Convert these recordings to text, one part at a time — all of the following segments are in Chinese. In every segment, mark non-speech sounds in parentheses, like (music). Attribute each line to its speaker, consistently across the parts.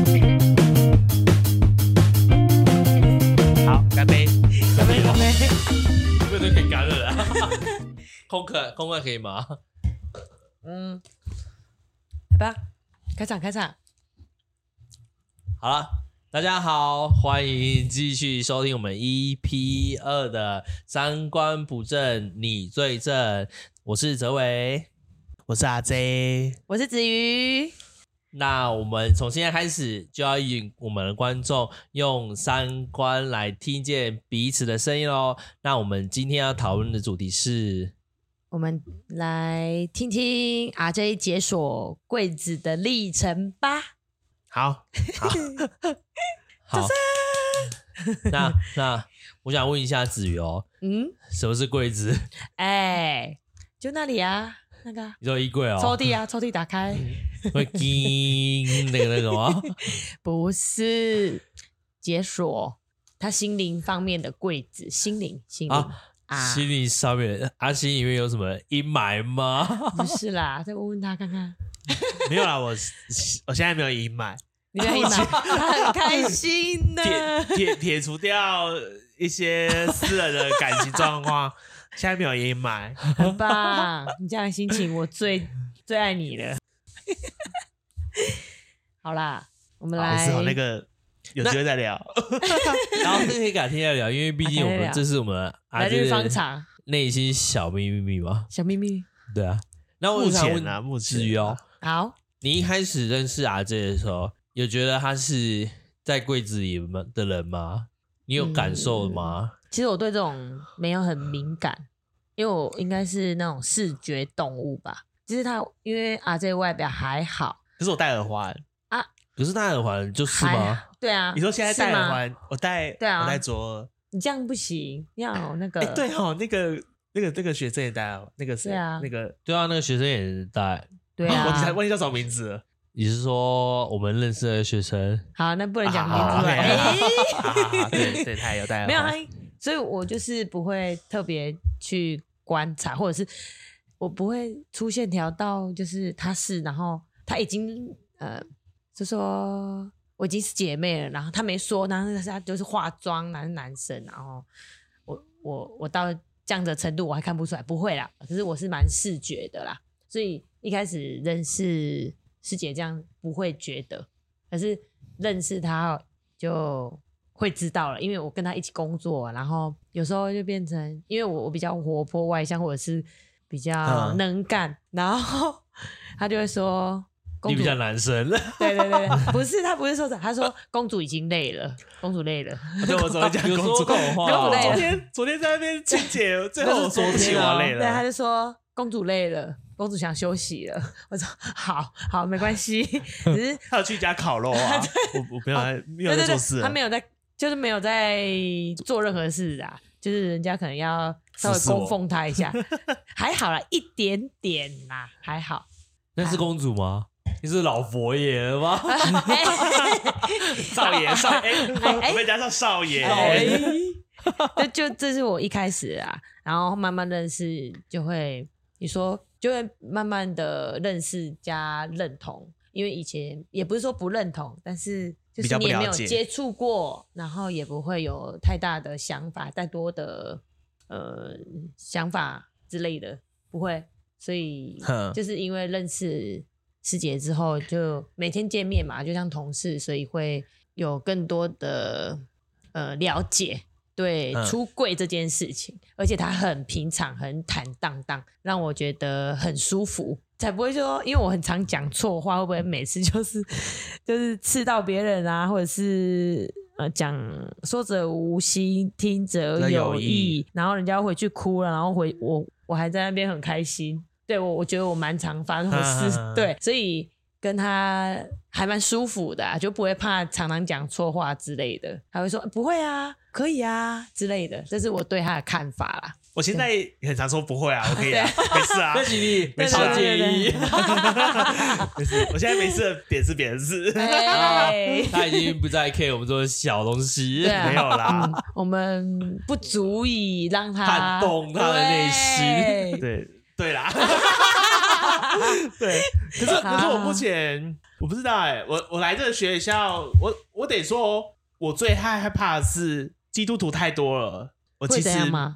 Speaker 1: (laughs) 空客空客可以吗？
Speaker 2: 嗯，来吧，开场开场，
Speaker 1: 好了，大家好，欢迎继续收听我们 EP 二的三观不正你最正，我是泽伟，我是阿 J。
Speaker 2: 我是子瑜，
Speaker 1: 那我们从现在开始就要引我们的观众用三观来听见彼此的声音喽。那我们今天要讨论的主题是，
Speaker 2: 我们来听听 RJ 解锁柜子的历程吧。
Speaker 1: (laughs) 好，好，
Speaker 3: (laughs)
Speaker 1: (laughs) 好，那那我想问一下子瑜哦，
Speaker 2: 嗯，
Speaker 1: 什么是柜子？
Speaker 2: 哎，就那里啊，那个啊
Speaker 1: (laughs) 你说衣柜哦，
Speaker 2: 抽屉啊，抽屉打开，
Speaker 1: 会叮那个那个吗？
Speaker 2: 不是解锁他心灵方面的柜子，心灵心灵
Speaker 1: 啊
Speaker 2: (laughs) 啊，
Speaker 1: 心理上面，啊，心里面有什么阴霾吗？ (laughs)
Speaker 2: 不是啦，再问问他看看。
Speaker 3: 没有啦，我我现在没有阴霾，
Speaker 2: 你愿意吗？他很开心的。
Speaker 3: 撇撇撇除掉一些私人的感情状况，现在没有阴霾。
Speaker 2: 很棒，你这样的心情我最最爱你了。好啦，我们
Speaker 3: 好
Speaker 2: 来
Speaker 3: 之后那个有机会再聊。
Speaker 1: (laughs) 然后这可以改天再聊，因为毕竟我
Speaker 2: 改天再
Speaker 1: 们
Speaker 2: 聊
Speaker 1: 这是我们阿
Speaker 2: 来
Speaker 1: 杰
Speaker 2: 日方
Speaker 1: 的
Speaker 2: 长
Speaker 1: 内心小秘密嘛。
Speaker 2: 小秘密。
Speaker 1: 对啊，那我
Speaker 3: 目
Speaker 1: 想
Speaker 3: 前
Speaker 1: 问
Speaker 3: 啊，目
Speaker 1: 子瑜
Speaker 3: 前
Speaker 1: 哦
Speaker 3: 啊，，
Speaker 2: 好，
Speaker 1: 你一开始认识阿杰的时候，有觉得他是在柜子里吗的人吗？你有感受
Speaker 2: 嗯
Speaker 1: 吗？
Speaker 2: 其实我对这种没有很敏感，因为我应该是那种视觉动物吧。其实他因为啊，这外表还好，
Speaker 3: 可是我戴耳环，
Speaker 1: 可是他耳环就是
Speaker 2: 还
Speaker 1: 吗？
Speaker 2: 对啊。
Speaker 3: 你说现在戴
Speaker 2: 是吗
Speaker 3: 耳？环，我戴
Speaker 2: 对啊
Speaker 3: 我戴左耳。
Speaker 2: 你这样不行，要有那个、
Speaker 3: 哎，对哦，那个那个那个学生也戴耳环，那个谁
Speaker 2: 对啊
Speaker 3: 那个
Speaker 1: 对啊，那个学生也是戴。
Speaker 2: 对
Speaker 3: 我
Speaker 2: 啊。
Speaker 3: 才忘记叫什么名字了。
Speaker 1: 你是说我们认识的学生？
Speaker 2: 好，那不能讲名
Speaker 3: 啊
Speaker 2: 字。
Speaker 3: ，OK，
Speaker 2: 哎
Speaker 3: 哈哈哈对对，他也有戴耳环，
Speaker 2: 没有，他所以我就是不会特别去观察，或者是我不会出线条到就是他是，然后他已经呃，就说我已经是姐妹了，然后他没说，然后但是他就是化妆，男男生，然后我我我到这样的程度我还看不出来，不会啦，可是我是蛮视觉的啦，所以一开始认识师姐这样不会觉得，可是认识她就会知道了，因为我跟她一起工作，啊然后有时候就变成，因为我我比较活泼外向，或者是比较
Speaker 3: 嗯
Speaker 2: 能干，然后 (laughs) 她就会说。
Speaker 1: 你
Speaker 2: 公
Speaker 1: 比
Speaker 2: 主
Speaker 1: 较男生，
Speaker 2: 对对对，对不是她不是说这，她说公主已经累了，公主累了，
Speaker 3: 对我昨天讲
Speaker 1: 有
Speaker 3: 公
Speaker 1: 说
Speaker 3: 主
Speaker 1: 这种话
Speaker 2: 哦
Speaker 3: 昨天昨天在那边清姐，最后我哦说不行，我累
Speaker 2: 对，她
Speaker 3: 了。
Speaker 2: 就说公主累了，公主想休息了。我说好好没关
Speaker 3: (laughs)
Speaker 2: 系，只是
Speaker 3: 他有去家烤肉
Speaker 2: (laughs)
Speaker 3: 啊，我我没有在没有
Speaker 2: 对对
Speaker 3: 在
Speaker 2: 哦
Speaker 3: 做
Speaker 2: 对，
Speaker 3: 事了，
Speaker 2: 他没有在，就是没有在做任何事啊，就是人家可能要稍微
Speaker 3: 服侍我
Speaker 2: 供奉他一下，还好啦，一点点啦，还好。 (laughs)
Speaker 1: 那
Speaker 2: 啊
Speaker 1: 是公主吗？你是老佛爷了吗？
Speaker 3: (laughs) (laughs) 少爷
Speaker 2: (laughs)
Speaker 3: 少哎，我们加上少爷，
Speaker 2: 哎，就 (laughs) 就这是我一开始啊，然后慢慢认识就会，你说就会慢慢的认识加认同，因为以前也不是说不认同，但是就
Speaker 3: 比
Speaker 2: 是
Speaker 3: 较
Speaker 2: 你也
Speaker 3: 不了
Speaker 2: 没有
Speaker 3: 解
Speaker 2: 接触过，然后也不会有太大的想法，太多的呃想法之类的，不会，所以
Speaker 3: 哼
Speaker 2: 就是因为认识师姐之后，就每天见面嘛，就像同事，所以会有更多的呃了解对
Speaker 3: 嗯
Speaker 2: 出柜这件事情，而且她很平常、很坦荡荡，让我觉得很舒服，才不会说，因为我很常讲错话，会不会每次就是就是刺到别人啊，或者是呃讲说者无心，听者
Speaker 3: 则
Speaker 2: 有
Speaker 3: 有
Speaker 2: 意
Speaker 3: 意，
Speaker 2: 然后人家回去哭了，然后回我我还在那边很开心。对我，我觉得我蛮常发生这种事，
Speaker 3: 啊
Speaker 2: 对，所以跟他还蛮舒服的、啊，就不会怕常常讲错话之类的，还会说呃不会啊，可以啊之类的，这是我对他的看法
Speaker 3: (laughs)
Speaker 2: 啦。
Speaker 3: 我现在很常说不会
Speaker 2: (laughs)
Speaker 3: 啊，我可以啊，没事啊
Speaker 1: 那，请你
Speaker 3: 没事
Speaker 1: 好
Speaker 3: 啊
Speaker 1: 介意。
Speaker 3: 没事。我现在没事的点是别人事，啊
Speaker 2: 哎
Speaker 1: (laughs) 他已经不再 care 我们这种小东西
Speaker 2: 对，啊
Speaker 3: 没有啦
Speaker 2: 嗯。，我们不足以让他
Speaker 1: 撼动他的内心
Speaker 2: 对
Speaker 3: 对
Speaker 2: (laughs)
Speaker 3: 对啦，对。可是可是我目前我不知道哎，我我来这个学校，我我 (laughs) 得说哦，我最害怕的是基督徒太多了。我
Speaker 2: 会
Speaker 3: 其
Speaker 2: 这
Speaker 3: 实
Speaker 2: 样吗？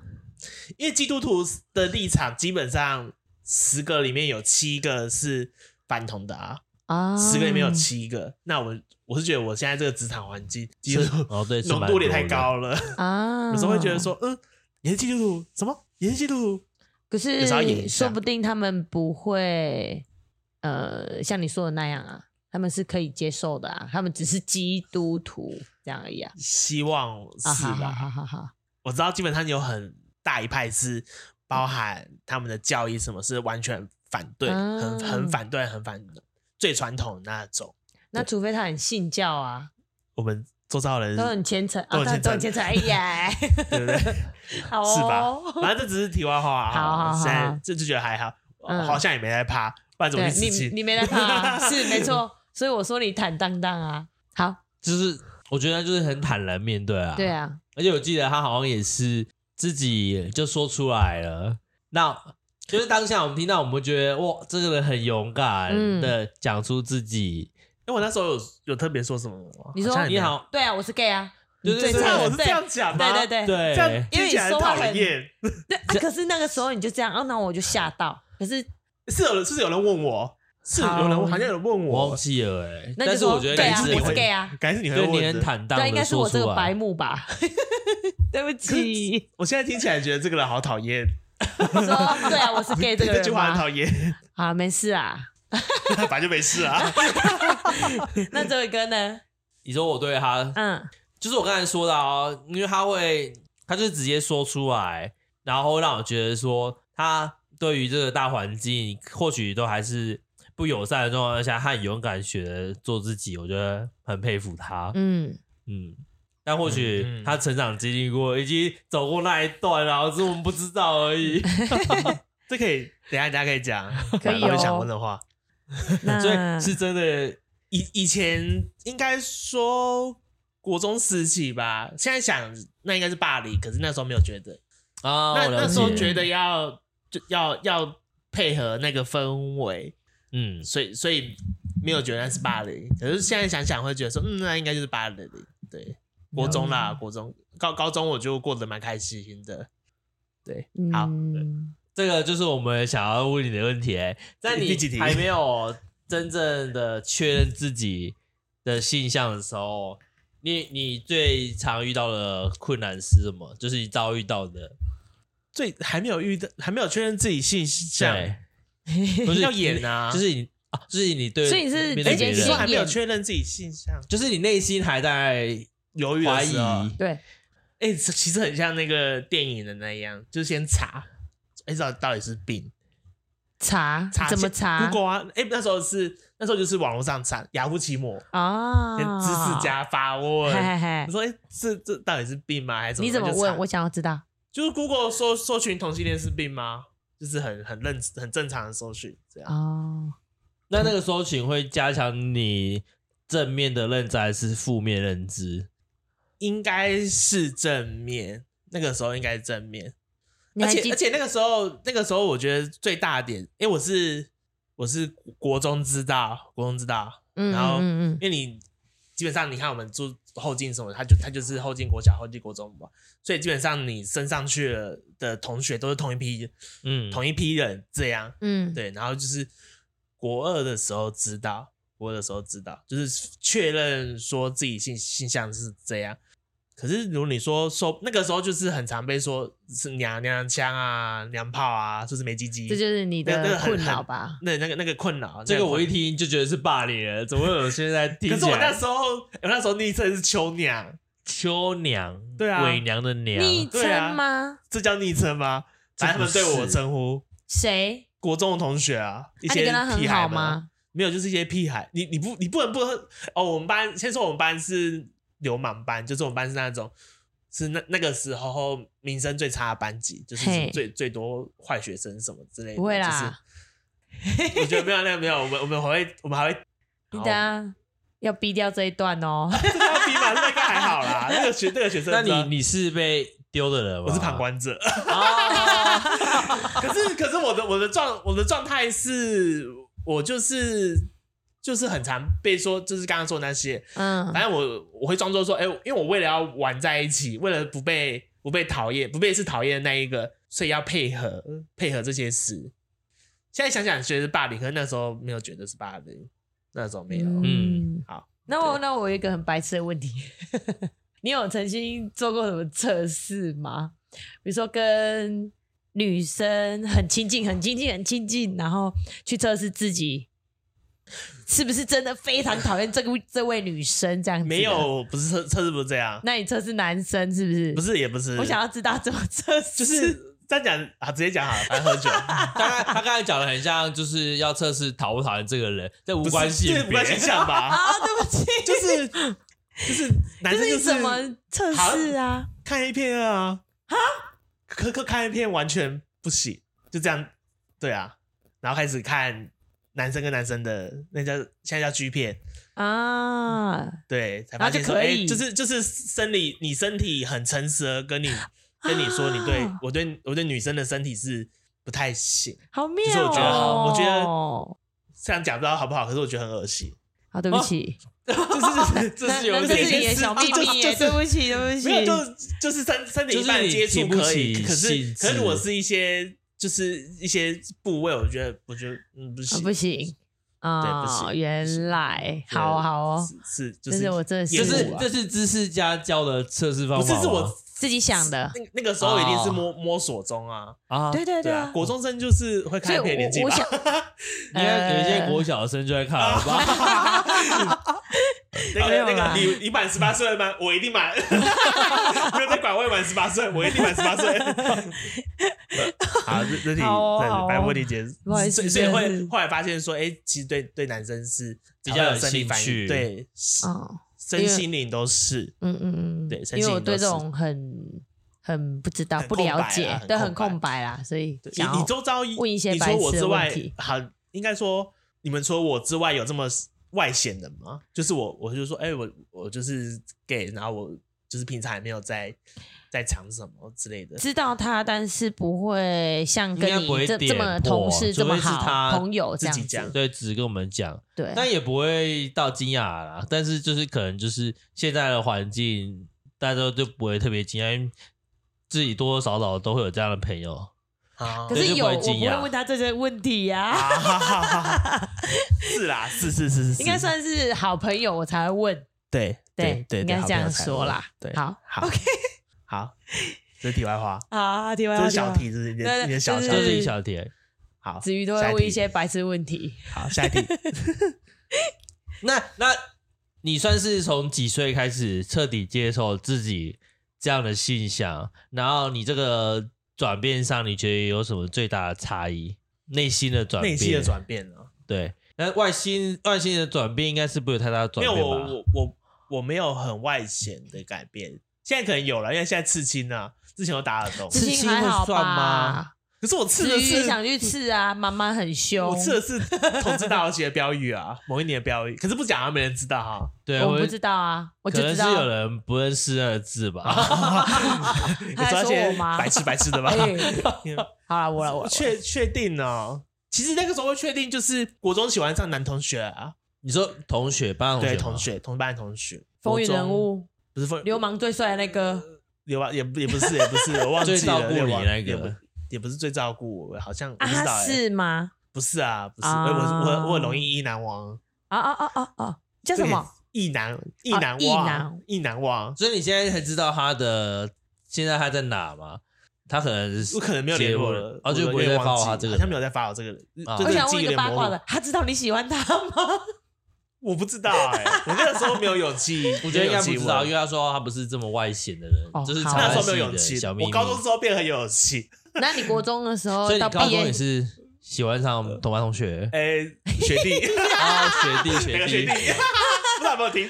Speaker 3: 因为基督徒的立场基本上十个里面有七个是反同的啊，
Speaker 2: 啊，
Speaker 3: 十个里面有七个。那我我是觉得我现在这个职场环境，基督
Speaker 1: 是
Speaker 3: 徒
Speaker 1: 哦对，是
Speaker 3: 浓
Speaker 1: 蛮
Speaker 3: 度有点太
Speaker 1: 多的
Speaker 3: 高了，
Speaker 2: 啊，
Speaker 3: 有时候会觉得，说，嗯，你是基督徒什么？你是基督徒？
Speaker 2: 可
Speaker 3: 有时候要演
Speaker 2: 是
Speaker 3: 一下
Speaker 2: 说不定他们不会，呃，像你说的那样啊，他们是可以接受的啊，他们只是基督徒这样而已啊，
Speaker 3: 希望
Speaker 2: 啊
Speaker 3: 是
Speaker 2: 好
Speaker 3: 吧？
Speaker 2: 好好好好，
Speaker 3: 我知道基本上有很大一派是包含他们的教义，什么是完全反对，
Speaker 2: 啊
Speaker 3: 很很反对，很反最传统的那种。
Speaker 2: 那除非他很信教啊，
Speaker 3: 我们周遭的人
Speaker 2: 都很虔诚
Speaker 3: 嗯
Speaker 2: 啊，
Speaker 3: 都很
Speaker 2: 他
Speaker 3: 虔
Speaker 2: 都很虔
Speaker 3: 诚
Speaker 2: 诚，哎
Speaker 3: (laughs)
Speaker 2: 呀，
Speaker 3: 对不对？
Speaker 2: 好
Speaker 3: 是吧
Speaker 2: 哦？
Speaker 3: 反正这只是题外话
Speaker 2: (laughs)
Speaker 3: 啊。
Speaker 2: 好好好
Speaker 3: 现在这就觉得还好，
Speaker 2: 嗯
Speaker 3: 好像也没在怕，不然怎么
Speaker 2: 对
Speaker 3: 去死
Speaker 2: 你
Speaker 3: 气？
Speaker 2: 你没在怕、啊，
Speaker 3: (laughs)
Speaker 2: 是没错，所以我说你坦荡荡啊。好，
Speaker 1: 就是我觉得他就是很坦然面对啊。
Speaker 2: 对，啊，
Speaker 1: 而且我记得他好像也是自己就说出来了。那就是当下我们听到，我们会觉得哇，这个人很勇敢
Speaker 2: 嗯
Speaker 1: 的讲出自己，
Speaker 3: 因为我那时候有有特别说什么吗？
Speaker 2: 你说
Speaker 3: 像也没
Speaker 1: 你好，
Speaker 2: 对啊，我是 gay 啊，
Speaker 1: 对
Speaker 2: 你
Speaker 1: 对对
Speaker 2: 最
Speaker 3: 虽
Speaker 2: 惨
Speaker 3: 然
Speaker 2: 了
Speaker 3: 我是这
Speaker 2: 对
Speaker 3: 样讲啊吗？
Speaker 2: 对对对
Speaker 1: 对，
Speaker 3: 这样
Speaker 2: 因为
Speaker 3: 听
Speaker 2: 你
Speaker 3: 起来
Speaker 2: 说
Speaker 3: 很
Speaker 2: 话
Speaker 3: 讨
Speaker 2: 很
Speaker 3: 厌。
Speaker 2: 对啊。可是那个时候你就这样，啊，那我就吓到。可是
Speaker 3: 是有人，是不是有人问我？是有
Speaker 2: 好
Speaker 3: 人，好像有人问
Speaker 1: 我忘
Speaker 3: 我，
Speaker 1: 记了哎、欸。
Speaker 2: 那就
Speaker 1: 但是
Speaker 2: 说
Speaker 1: 我觉得
Speaker 2: 对
Speaker 1: 你
Speaker 2: 啊
Speaker 1: 是
Speaker 2: 我是
Speaker 1: 很
Speaker 2: gay 啊，
Speaker 3: 感觉是你会
Speaker 1: 对你
Speaker 3: 问
Speaker 1: 很
Speaker 3: 的。
Speaker 1: 坦荡
Speaker 2: 对，啊
Speaker 1: 的
Speaker 2: 应该是我这个白
Speaker 1: 目，
Speaker 2: 目吧？ (laughs) 对不 (laughs) 起，
Speaker 3: 我现在听起来觉得这个人好
Speaker 2: (laughs)
Speaker 3: 讨厌，
Speaker 2: 我说对啊，我是 gay 这个
Speaker 3: 这句
Speaker 2: 人
Speaker 3: 话很
Speaker 2: 吗
Speaker 3: 讨？厌， (laughs)
Speaker 2: 好，没事啊。
Speaker 3: 反正就没事
Speaker 2: (laughs)
Speaker 3: 啊。
Speaker 2: 那这位哥呢？
Speaker 1: 你说我对他，
Speaker 2: 嗯，
Speaker 1: 就是我刚才说的哦，因为他会，他就直接说出来，然后让我觉得说他对于这个大环境或许都还是不友善的状况下，他很勇敢选择做自己，我觉得很佩服他。
Speaker 2: (laughs) 嗯，
Speaker 1: 嗯，但或
Speaker 3: 嗯
Speaker 1: 许
Speaker 3: 嗯
Speaker 1: 他成长经历过，已经走过那一段了，只是我们不知道而
Speaker 3: (laughs)
Speaker 1: 已。
Speaker 3: 这可以，等一下大家可以讲，
Speaker 2: 可以
Speaker 3: 我就想
Speaker 2: 哦
Speaker 3: 问的话，
Speaker 2: (laughs)
Speaker 3: 嗯
Speaker 2: 那
Speaker 1: 所以是真的，
Speaker 3: 以以前应该说国中时期吧，现在想那应该是霸凌，可是那时候没有觉得，
Speaker 1: 啊，
Speaker 3: 那
Speaker 1: 我了
Speaker 3: 那时候
Speaker 1: 解
Speaker 3: 觉得要就要要配合那个氛围，
Speaker 1: 嗯，
Speaker 3: 所以所以没有觉得那是霸凌，可是现在想想会觉得说，嗯，那应该就是霸凌。对，国中啦，国中高高中我就过得蛮开心的。对，好，
Speaker 2: 嗯
Speaker 1: 这个就是我们想要问你的问题、欸，在
Speaker 3: 第
Speaker 1: 你
Speaker 3: 第几题
Speaker 1: 还没有真正的确认自己的性向的时候，你你最常遇到的困难是什么？就是你遭遇到的，
Speaker 3: 最还没有遇到，还没有确认自己性向，
Speaker 1: 对， (laughs) 不是
Speaker 3: (laughs) 要演啊，哎
Speaker 1: 就是你啊，就是你对，
Speaker 2: 所以你是
Speaker 1: 面
Speaker 2: 直
Speaker 1: 对
Speaker 2: 接
Speaker 1: 别
Speaker 3: 你
Speaker 1: 人
Speaker 3: 说还没有
Speaker 2: 演
Speaker 3: 确认自己性向，
Speaker 1: 就是你内心还在
Speaker 3: 犹豫的
Speaker 1: 怀
Speaker 3: 时
Speaker 1: 疑，
Speaker 3: 候
Speaker 2: 对，
Speaker 3: 哎、这其实很像那个电影的那样，就是先查，哎、到到底是病，
Speaker 2: 查
Speaker 3: 查
Speaker 2: 怎么
Speaker 3: 先
Speaker 2: 查
Speaker 3: ？Google 啊，哎、那时候是那时候就是网络上查雅虎奇摩，
Speaker 2: 啊？
Speaker 3: 先知识家发问，
Speaker 2: 哦嘿嘿嘿
Speaker 3: 你说哎、这这到底是病吗？还是
Speaker 2: 你怎么
Speaker 3: 就查
Speaker 2: 问？我想要知道。
Speaker 3: 就是 Google 搜搜寻同性恋是病吗？就是很很认很正常的搜寻这样。
Speaker 2: 哦，
Speaker 1: 那那个搜寻会加强你正面的认知还是负面认知？
Speaker 3: 应该是正面，那个时候应该是正面，
Speaker 2: 你
Speaker 3: 而
Speaker 2: 还记
Speaker 3: 且而且那个时候那个时候我觉得最大的点，因为我是我是国中知道，国中知道，
Speaker 2: 嗯
Speaker 3: 然后
Speaker 2: 嗯嗯
Speaker 3: 因为你基本上你看我们住后进什么，他就他就是后进国小、后进国中嘛，所以基本上你升上去了的同学都是同一批
Speaker 1: 嗯，
Speaker 3: 同一批人这样，
Speaker 2: 嗯，
Speaker 3: 对，然后就是国二的时候知道，国二的时候知道，就是确认说自己性性向是这样。可是如果你说说那个时候就是很常被说是娘娘腔啊、娘炮啊，就是没鸡鸡，
Speaker 2: 嗯这就是你
Speaker 3: 那那
Speaker 2: 的
Speaker 3: 个很
Speaker 2: 困扰吧？
Speaker 3: 那那个那个困扰。
Speaker 1: 这
Speaker 3: 那
Speaker 1: 个我
Speaker 3: 困
Speaker 1: 一听就觉得是霸凌了，怎么会有现在听
Speaker 3: 可
Speaker 1: 起
Speaker 3: 是我那
Speaker 1: 来
Speaker 3: 时候，我那时候昵称是秋娘，
Speaker 1: 秋娘，
Speaker 3: 对啊
Speaker 1: 伪娘的娘，
Speaker 2: 昵
Speaker 3: 对啊
Speaker 2: 称吗？
Speaker 3: 这叫昵称吗？反正他们对我的称呼，
Speaker 2: 谁？
Speaker 3: 国中的同学啊，一
Speaker 2: 啊，
Speaker 3: 些
Speaker 2: 你跟他很
Speaker 3: 屁
Speaker 2: 好
Speaker 3: 孩们啊？
Speaker 2: 吗？
Speaker 3: 没有，就是一些屁孩。你你不你不能不能哦。我们班先说我们班是流氓班，就是我们班是那种是那那个时候名声最差的班级，就是什么
Speaker 2: 嘿
Speaker 3: 最最多坏学生什么之类的。
Speaker 2: 不会啦，
Speaker 3: 就是、我觉得没有那个没有，我们我们还会我们还会
Speaker 2: 你等下啊要逼掉这一段
Speaker 3: (laughs)
Speaker 2: 哦。
Speaker 3: 这个要逼嘛，那个还好啦。那个学那个学生，
Speaker 1: 那你你是被丢的人吗？
Speaker 3: 我是旁观者。
Speaker 1: 啊，
Speaker 3: 可是 (laughs) 可是我的我的状我的状态是，我就是就是很常被说，就是刚刚说的那些，
Speaker 2: 嗯
Speaker 3: 反正我我会装作说，哎、因为我为了要玩在一起，为了不被不被讨厌，不被是讨厌的那一个，所以要配合配合这些事。现在想想觉得是霸凌，可是那时候没有觉得是霸凌，那时候没有。
Speaker 1: 嗯
Speaker 2: 嗯，
Speaker 3: 好，
Speaker 2: 那我那我有一个很白痴的问题， (laughs) 你有曾经做过什么测试吗？比如说跟女生很亲近、很亲近、很亲近，然后去测试自己是不是真的非常讨厌这个这位 (laughs) 女生这样子？
Speaker 3: 没，有，不是测测试不是这样，
Speaker 2: 那你测试男生是不是？
Speaker 3: 不，是也不是，
Speaker 2: 我想要知道怎么测试，
Speaker 3: 就是这样讲啊，直接讲好了，反正 (laughs) 喝酒。
Speaker 1: 刚刚他刚才讲的很像，就是要测试讨不讨厌这个人，这无
Speaker 3: 不是
Speaker 1: 关性
Speaker 3: 对
Speaker 1: 别
Speaker 3: 无关性向吧，
Speaker 2: (laughs) 啊，对不起，
Speaker 3: 就是就是男
Speaker 2: 就
Speaker 3: 生
Speaker 2: 是
Speaker 3: 就
Speaker 2: 你
Speaker 3: 是
Speaker 2: 怎么测试啊？
Speaker 3: 看 A 片啊，啊，可可看 A 片完全不行，就这样，对啊，然后开始看男生跟男生的那叫现在叫 G 片，
Speaker 2: 啊，
Speaker 3: 对，才
Speaker 2: 然
Speaker 3: 发
Speaker 2: 后就
Speaker 3: 现说，
Speaker 2: 可
Speaker 3: 哎、
Speaker 2: 以
Speaker 3: 就是就是生理，你身体很诚实的跟你跟你说，你对
Speaker 2: 啊
Speaker 3: 我对我对女生的身体是不太行，
Speaker 2: 好妙、
Speaker 3: 其
Speaker 2: 哦！
Speaker 3: 实我觉得好我觉得这样讲不知道好不好，可是我觉得很恶心，
Speaker 2: 好，对不
Speaker 3: (laughs)
Speaker 2: 起，
Speaker 3: 哦
Speaker 2: (laughs)
Speaker 3: 就是
Speaker 1: 这是有
Speaker 2: 那
Speaker 1: 一
Speaker 2: 那这
Speaker 1: 点
Speaker 2: 是你的小秘
Speaker 3: 啊就是
Speaker 2: 密耶，
Speaker 3: 就是
Speaker 2: 对不起，对不起，
Speaker 3: 没有，就就是身身体一
Speaker 1: 就是
Speaker 3: 半
Speaker 1: 你
Speaker 3: 接触
Speaker 1: 提不
Speaker 3: 可以，
Speaker 1: 起
Speaker 3: 可是
Speaker 1: 兴致
Speaker 3: 可是如果是一些就是一些部位，我觉得我觉得嗯不
Speaker 2: 啊
Speaker 3: 行
Speaker 2: 不，行啊、哦，
Speaker 3: 不行
Speaker 2: 原来
Speaker 3: 对
Speaker 2: 好好哦，
Speaker 3: 是是就
Speaker 2: 这
Speaker 3: 是
Speaker 2: 是我真的
Speaker 1: 就
Speaker 3: 厌
Speaker 1: 是
Speaker 3: 恶啊
Speaker 1: 这是知识家教的测试方
Speaker 3: 不
Speaker 1: 法
Speaker 3: 是
Speaker 1: 吗，
Speaker 3: 是我
Speaker 2: 自己想的，
Speaker 3: 那那个时候一定是
Speaker 1: 哦
Speaker 3: 摸摸索中啊，
Speaker 1: 啊，
Speaker 2: 对对
Speaker 3: 对
Speaker 2: 啊
Speaker 3: 啊，，国中生就是会
Speaker 2: 所
Speaker 3: 看
Speaker 2: 以
Speaker 3: 片
Speaker 2: 我
Speaker 3: 年纪
Speaker 2: 我
Speaker 3: 吧，
Speaker 2: 想
Speaker 1: 应该哎有一些国小生就在看了吧？
Speaker 2: (laughs)
Speaker 3: 那
Speaker 2: 没有
Speaker 3: 个那
Speaker 2: 啦
Speaker 3: 个你你满十八岁了吗？我一定满， (laughs) 没有在管我也满十八岁，我一定满十八岁。 (laughs) 好，这这题
Speaker 2: 好哦
Speaker 3: 这
Speaker 2: 好哦
Speaker 3: 白问题解释，
Speaker 2: 不好意思
Speaker 3: 所以所以
Speaker 2: 真的
Speaker 3: 会
Speaker 2: 是
Speaker 3: 后来发现说，哎，其实对对男生是
Speaker 1: 比较有
Speaker 3: 生理反
Speaker 1: 兴趣
Speaker 3: 应，对，
Speaker 2: 哦，因
Speaker 3: 身
Speaker 2: 为
Speaker 3: 心灵都是。
Speaker 2: 嗯嗯嗯，
Speaker 3: 对身
Speaker 2: 因为
Speaker 3: 心
Speaker 2: 我
Speaker 3: 都
Speaker 2: 对
Speaker 3: 是
Speaker 2: 这种很很不知道、
Speaker 3: 很
Speaker 2: 不
Speaker 3: 空白
Speaker 2: 了
Speaker 3: 啊
Speaker 2: 解，
Speaker 3: 很
Speaker 2: 对，
Speaker 3: 空
Speaker 2: 很空
Speaker 3: 白
Speaker 2: 白啦，所以
Speaker 3: 对
Speaker 2: 想
Speaker 3: 你
Speaker 2: 要
Speaker 3: 你周遭
Speaker 2: 问一些
Speaker 3: 你
Speaker 2: 白
Speaker 3: 除我
Speaker 2: 痴
Speaker 3: 之
Speaker 2: 的
Speaker 3: 外
Speaker 2: 问题，
Speaker 3: 好，应该说你们除了我之外有这么外显的吗？就是我，我就说，哎、我我就是 gay，然后我就是平常也没有在在藏什么之类的。
Speaker 2: 知道他，但是不会像
Speaker 1: 应该
Speaker 2: 跟
Speaker 1: 不会
Speaker 2: 你这
Speaker 1: 点
Speaker 2: 这么
Speaker 1: 破
Speaker 2: 同事
Speaker 1: 除
Speaker 2: 这么
Speaker 1: 非是他
Speaker 2: 好朋友这样
Speaker 3: 自己
Speaker 2: 子
Speaker 3: 讲，
Speaker 1: 对，只跟我们讲，
Speaker 2: 对，
Speaker 1: 但也不会到惊讶啦。但是就是可能就是现在的环境，大家都就不会特别惊讶，因为自己多多少少都会有这样的朋友。
Speaker 3: 啊
Speaker 2: 可
Speaker 1: 对
Speaker 2: 是
Speaker 1: 就不
Speaker 2: 有
Speaker 1: 会
Speaker 2: 我不
Speaker 1: 惊
Speaker 2: 会
Speaker 1: 讶
Speaker 2: 问他这些问题呀、
Speaker 3: 啊哈哈哈哈是啦，是是是是是，
Speaker 2: 应该算是好朋友我才会问。
Speaker 3: 对
Speaker 2: 对
Speaker 3: 对对，
Speaker 2: 应该
Speaker 3: 好
Speaker 2: 这样
Speaker 3: 朋友才
Speaker 2: 说
Speaker 3: 会
Speaker 2: 啦
Speaker 3: 对，
Speaker 2: 好
Speaker 3: 好，OK，好，这是题外话，
Speaker 2: 啊，题外
Speaker 3: 这是小，题，这是一
Speaker 2: 对
Speaker 3: 点一点小
Speaker 2: 对
Speaker 1: 这
Speaker 2: 对
Speaker 3: 小题。
Speaker 1: 是一小点。
Speaker 3: 好，
Speaker 2: 子瑜都会
Speaker 3: 下一
Speaker 2: 问
Speaker 3: 题
Speaker 2: 一些白痴问题。
Speaker 3: 好，下
Speaker 2: (laughs)
Speaker 3: 一题
Speaker 1: 那那你算是从几岁开始彻底接受自己这样的性向？然后你这个转变上，你觉得有什么最大的差异？内心的转变，
Speaker 3: 内心的转变啊。
Speaker 1: 对。那外心外心的转变应该是不会有太大的转
Speaker 3: 没有，
Speaker 1: 变吧？
Speaker 3: 我我我我没有很外显的改变，现在可能有了，因为现在刺青啊，之前有打耳洞，
Speaker 1: 刺
Speaker 2: 青
Speaker 1: 青
Speaker 2: 还
Speaker 1: 会
Speaker 2: 好
Speaker 1: 算
Speaker 2: 吧
Speaker 1: 吗？
Speaker 3: 可是我刺
Speaker 2: 子
Speaker 3: 的
Speaker 2: 瑜也
Speaker 3: 是
Speaker 2: 想去吃啊，妈妈很凶。
Speaker 3: 我刺的是同志大游行的标语啊，某一年的标语，可是不讲啊，没人知道哈。
Speaker 1: 对，
Speaker 2: 我不知道啊，我就
Speaker 1: 可能
Speaker 2: 知
Speaker 1: 是
Speaker 2: 道。
Speaker 1: 有人不认识那个字吧？
Speaker 3: (laughs) 你
Speaker 2: 他在
Speaker 3: 说那
Speaker 2: 说我
Speaker 3: 些
Speaker 2: 吗
Speaker 3: 白痴白痴的吧？
Speaker 2: 哎
Speaker 3: (laughs)
Speaker 2: 好了，我了我啦
Speaker 3: 确确定哦。其实那个时候会确定，就是国中喜欢上男同学啊，
Speaker 1: 你说同学班同学
Speaker 3: 对，
Speaker 1: 吗
Speaker 3: 同学同班同学，
Speaker 2: 风云人
Speaker 3: 国中
Speaker 2: 物，
Speaker 3: 不是风
Speaker 2: 流氓最帅的那个
Speaker 3: 流氓也不也不是也不是，我忘记了
Speaker 1: 最照顾
Speaker 3: 流
Speaker 1: 你
Speaker 3: 氓
Speaker 1: 那个
Speaker 3: 也不也不是最照顾我，好像我
Speaker 2: 啊，
Speaker 3: 不知道
Speaker 2: 他
Speaker 3: 欸
Speaker 2: 是吗？
Speaker 3: 不是啊，不是，
Speaker 2: 啊
Speaker 3: 我我我我很容易意难忘。
Speaker 2: 啊啊啊啊啊，叫什么？？
Speaker 3: 意难意
Speaker 1: 啊
Speaker 3: 难
Speaker 2: 意
Speaker 3: 忘
Speaker 2: 难，
Speaker 3: 意难忘。
Speaker 1: 所以你现在才知道他的现在他在哪吗？他可能是
Speaker 3: 我可能没有联
Speaker 1: 结
Speaker 3: 络
Speaker 1: 婚
Speaker 3: 了
Speaker 1: 了，哦，就不会再
Speaker 3: 发
Speaker 1: 发他这个人
Speaker 3: 好像没有再发我这个人。
Speaker 1: 啊
Speaker 3: 对
Speaker 2: 我
Speaker 3: 这
Speaker 2: 想
Speaker 3: 记忆
Speaker 2: 问一
Speaker 3: 有
Speaker 2: 个
Speaker 3: 点
Speaker 2: 八卦
Speaker 3: 模
Speaker 2: 的
Speaker 3: 糊，，
Speaker 2: 他知道你喜欢他
Speaker 3: (laughs)
Speaker 2: 吗？
Speaker 3: 我不知道哎，我那个时候没有勇气，
Speaker 1: (laughs) 我觉得应该不知道，因
Speaker 3: 没有勇气问
Speaker 1: 为他说他不是这么外显的人
Speaker 2: 哦，
Speaker 1: 就是
Speaker 2: 好
Speaker 1: 藏
Speaker 3: 那
Speaker 1: 在
Speaker 3: 时候
Speaker 1: 心
Speaker 3: 没
Speaker 1: 里
Speaker 3: 有勇
Speaker 1: 的
Speaker 3: 气。
Speaker 1: 小秘
Speaker 3: 我
Speaker 1: 密。
Speaker 3: 高中之后变很有勇气。
Speaker 2: 那你国中的时候
Speaker 1: 所以你
Speaker 2: 到
Speaker 1: 高
Speaker 2: 毕
Speaker 1: 中
Speaker 2: 业
Speaker 1: 也是喜欢上同班同
Speaker 3: (laughs)
Speaker 1: 学
Speaker 3: 哎，学弟，
Speaker 1: 啊， (laughs) 学弟
Speaker 3: 哪
Speaker 1: 学
Speaker 3: 个学
Speaker 1: (laughs)
Speaker 3: 弟
Speaker 1: 弟，？
Speaker 3: 不知道有没有听？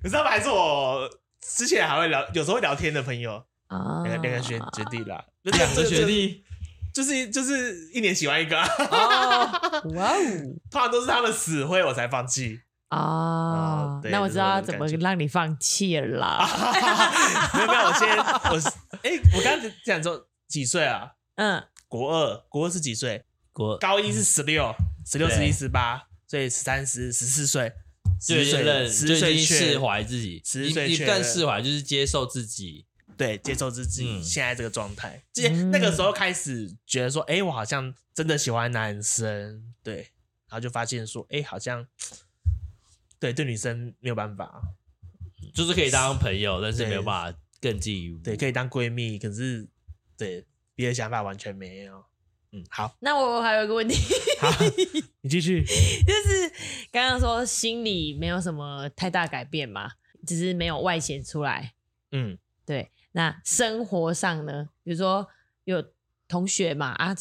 Speaker 3: 可是他们还是我之前还会聊，有时候会聊天的朋友，
Speaker 2: 啊
Speaker 3: 两个两个学学弟啦，
Speaker 1: (laughs) 两个学，弟
Speaker 3: 就是就是一年喜欢一个啊。
Speaker 1: 哦，
Speaker 2: 哇哦
Speaker 3: 通常都是他们死灰我才放弃， (laughs)
Speaker 2: 啊
Speaker 3: 啊！对
Speaker 2: 那我知道
Speaker 3: 就是
Speaker 2: 怎
Speaker 3: 我
Speaker 2: 么
Speaker 3: 的感觉
Speaker 2: 让你放弃了啦。
Speaker 3: (laughs) 没有没有，我先我是哎、我刚刚讲说几岁啊？
Speaker 2: 嗯，
Speaker 3: 国二，国二是几岁？
Speaker 1: 国
Speaker 3: 高一是十六，十六、
Speaker 1: 对
Speaker 3: 十一、十八，所以十三、十十四岁，
Speaker 1: 就
Speaker 3: 十
Speaker 1: 已经
Speaker 3: 岁
Speaker 1: 认
Speaker 3: 十
Speaker 1: 就已
Speaker 3: 岁
Speaker 1: 经
Speaker 3: 确
Speaker 1: 释怀自己，
Speaker 3: 十
Speaker 1: 一
Speaker 3: 岁
Speaker 1: 一
Speaker 3: 确
Speaker 1: 段
Speaker 3: 认
Speaker 1: 释怀就是接受自己
Speaker 3: 对，接受自己
Speaker 1: 嗯
Speaker 3: 现在这个状态。
Speaker 2: 嗯
Speaker 3: 之前那个时候开始觉得说，哎、我好像真的喜欢男生，对，然后就发现说，哎、好像对对女生没有办法，
Speaker 1: 就是可以当朋友，但是
Speaker 3: 对
Speaker 1: 没有办法更进一步。
Speaker 3: 对，可以当闺蜜，可是对别的想法完全没有。嗯，好，
Speaker 2: 那我还有一个问题， (laughs)
Speaker 3: 好，你继续。
Speaker 2: 就是刚刚说心理没有什么太大改变嘛，只是没有外显出来。
Speaker 3: 嗯，
Speaker 2: 对，那生活上呢，比如说有同学嘛啊，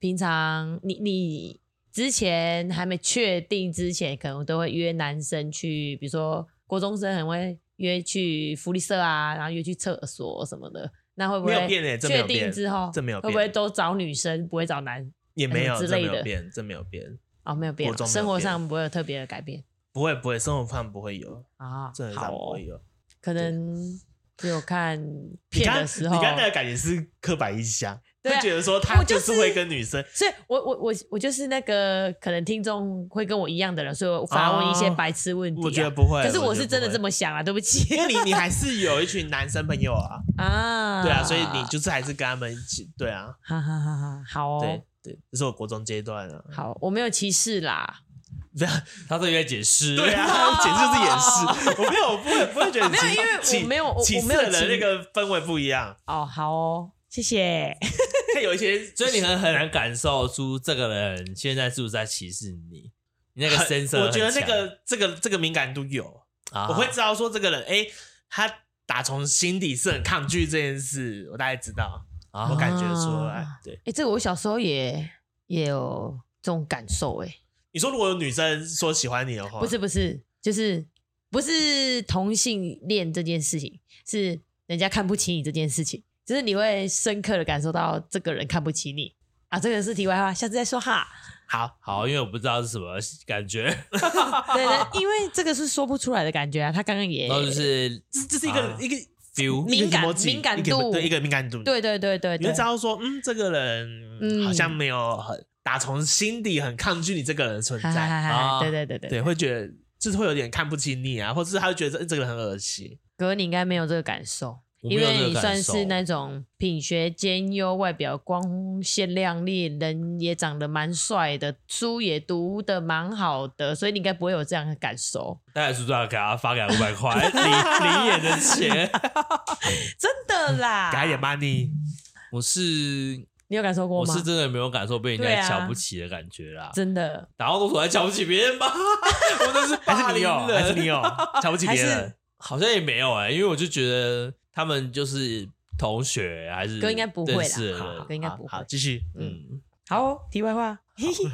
Speaker 2: 平常你你之前还没确定之前，可能都会约男生去，比如说国中生很会约去福利社啊，然后约去厕所什么的。那会不
Speaker 3: 没有
Speaker 2: 会
Speaker 3: 变欸这没
Speaker 2: 确
Speaker 3: 有变
Speaker 2: 定之后，
Speaker 3: 这没有
Speaker 2: 会不
Speaker 3: 变
Speaker 2: 会都找女生，不会找男？
Speaker 3: 也没有，
Speaker 2: 嗯之
Speaker 3: 这没
Speaker 2: 类
Speaker 3: 有
Speaker 2: 的
Speaker 3: 变，这没有变，
Speaker 2: 哦，没有变
Speaker 3: 国
Speaker 2: 哦，
Speaker 3: 中没有
Speaker 2: 生活
Speaker 3: 变
Speaker 2: 上不会有特别的改变
Speaker 3: 不会不会，生活上不会有，
Speaker 2: 啊。
Speaker 3: 生活上
Speaker 2: 好
Speaker 3: 不
Speaker 2: 哦
Speaker 3: 会，有。
Speaker 2: 可能只有看
Speaker 3: 你
Speaker 2: 片
Speaker 3: 刚
Speaker 2: 的时候，
Speaker 3: 你刚才的感觉是刻板印象，就
Speaker 2: 对啊
Speaker 3: 觉得说他
Speaker 2: 我就
Speaker 3: 就是是会跟女生，
Speaker 2: 所以我我我我就是那个可能听众会跟我一样的人，所以我反而问一些白痴问题、啊
Speaker 3: 哦我觉得不会。
Speaker 2: 可是
Speaker 3: 我
Speaker 2: 我
Speaker 3: 觉得
Speaker 2: 是
Speaker 3: 不
Speaker 2: 真的
Speaker 3: 会
Speaker 2: 这，么想啊，对不起
Speaker 3: 因为你你还是有一群男生朋
Speaker 2: (laughs)
Speaker 3: 友啊，
Speaker 2: 啊。
Speaker 3: (laughs) 对啊，所以你就是还是跟他们一起，对啊，
Speaker 2: 哈哈哈哈，好
Speaker 3: 对
Speaker 2: 哦，
Speaker 3: 对，这是我国中阶段啊，
Speaker 2: 好，我没有歧视啦，
Speaker 3: 对啊，
Speaker 1: 他这个在解释，
Speaker 3: 对啊，简直
Speaker 2: (laughs)
Speaker 3: 就是掩饰。我没有，我不会不会觉得
Speaker 2: 没有因为我
Speaker 3: 歧
Speaker 2: 没有我
Speaker 3: 歧
Speaker 2: 我
Speaker 3: 视
Speaker 2: 没有
Speaker 3: 的人
Speaker 2: 歧
Speaker 3: 那个氛围不一
Speaker 2: (laughs)
Speaker 3: 样，
Speaker 2: 哦，好哦，谢谢。
Speaker 3: 他有
Speaker 2: (laughs)
Speaker 3: 一些，
Speaker 1: (laughs) 所以你很很难感受出这个人现在是不是在歧视你，你那个
Speaker 3: 很
Speaker 1: sensor
Speaker 3: 我觉得
Speaker 1: 很
Speaker 3: 那
Speaker 1: 强
Speaker 3: 个这个这个敏感度有，
Speaker 1: 啊
Speaker 3: 我会知道说这个人，哎，他打从心底是很抗拒这件事，我大概知道，
Speaker 1: 啊
Speaker 3: 我感觉出来
Speaker 2: 啊。
Speaker 3: 对，
Speaker 2: 哎、这个我小时候也也有这种感受、欸，
Speaker 3: 你说如果有女生说喜欢你的话，
Speaker 2: 不是不是，就是不是同性恋这件事情，是人家看不起你这件事情，就是你会深刻的感受到这个人看不起你啊。这个是题外话，下次再说哈。
Speaker 3: 好，
Speaker 1: 好，因为我不知道是什么感觉，
Speaker 2: 对对，因为这个是说不出来的感觉啊。他刚刚也
Speaker 1: 然后哦就是
Speaker 3: 这这是一个
Speaker 1: 啊
Speaker 3: 一个
Speaker 1: feel
Speaker 3: 一个
Speaker 2: 敏感
Speaker 3: emoji，
Speaker 2: 敏感
Speaker 3: 一个
Speaker 2: 度
Speaker 3: 对一个敏感度，
Speaker 2: 对对对对
Speaker 3: 你就
Speaker 2: 对
Speaker 3: 知，道说，嗯，这个人嗯
Speaker 2: 嗯
Speaker 3: 好像没有很打从心底很抗拒你这个人的存
Speaker 2: 哈哈
Speaker 3: 在，
Speaker 2: 哈
Speaker 1: 啊
Speaker 2: 哈，对对对对，
Speaker 3: 对，会觉得就是会有点看不起你啊，或者是他会觉得嗯这个人很恶心，
Speaker 2: 哥你应该没有这个感受。
Speaker 1: 我
Speaker 2: 因
Speaker 1: 没有这
Speaker 2: 为
Speaker 1: 个
Speaker 2: 你
Speaker 1: 感
Speaker 2: 算
Speaker 1: 受
Speaker 2: 是那种品学兼优、外表光鲜亮丽、人也长得蛮帅的、书也读的蛮好的，所以你应该不会有这样的感受。
Speaker 1: 大概是这样，给他发给他五百块，
Speaker 2: (laughs)
Speaker 1: 零零眼的钱。
Speaker 2: 真的啦，
Speaker 3: 给他一点 money，
Speaker 1: 我
Speaker 2: (laughs)
Speaker 1: 是
Speaker 2: 你有感受过
Speaker 1: 我
Speaker 2: 吗？
Speaker 1: 是真的没有感受被人
Speaker 2: 对
Speaker 1: 家
Speaker 2: 啊
Speaker 1: 瞧不起的感觉啦，
Speaker 2: 真的，
Speaker 1: 打到动手还瞧不起别人吧？我那啊是
Speaker 3: 还
Speaker 1: 霸
Speaker 3: 是你
Speaker 1: 凌
Speaker 3: 有，还是
Speaker 1: 人，
Speaker 3: 你有，
Speaker 1: 哦
Speaker 3: (laughs) 瞧不起别
Speaker 2: 还
Speaker 3: 人
Speaker 2: 是，
Speaker 1: 好像也没有哎、因为我就觉得他们就是同学还是
Speaker 2: 哥应该不会啦
Speaker 1: 认识的
Speaker 3: 好
Speaker 1: 人。
Speaker 2: 应该不会
Speaker 3: 好，好继续，
Speaker 1: 嗯，
Speaker 2: 好、哦，题外话，嘿嘿，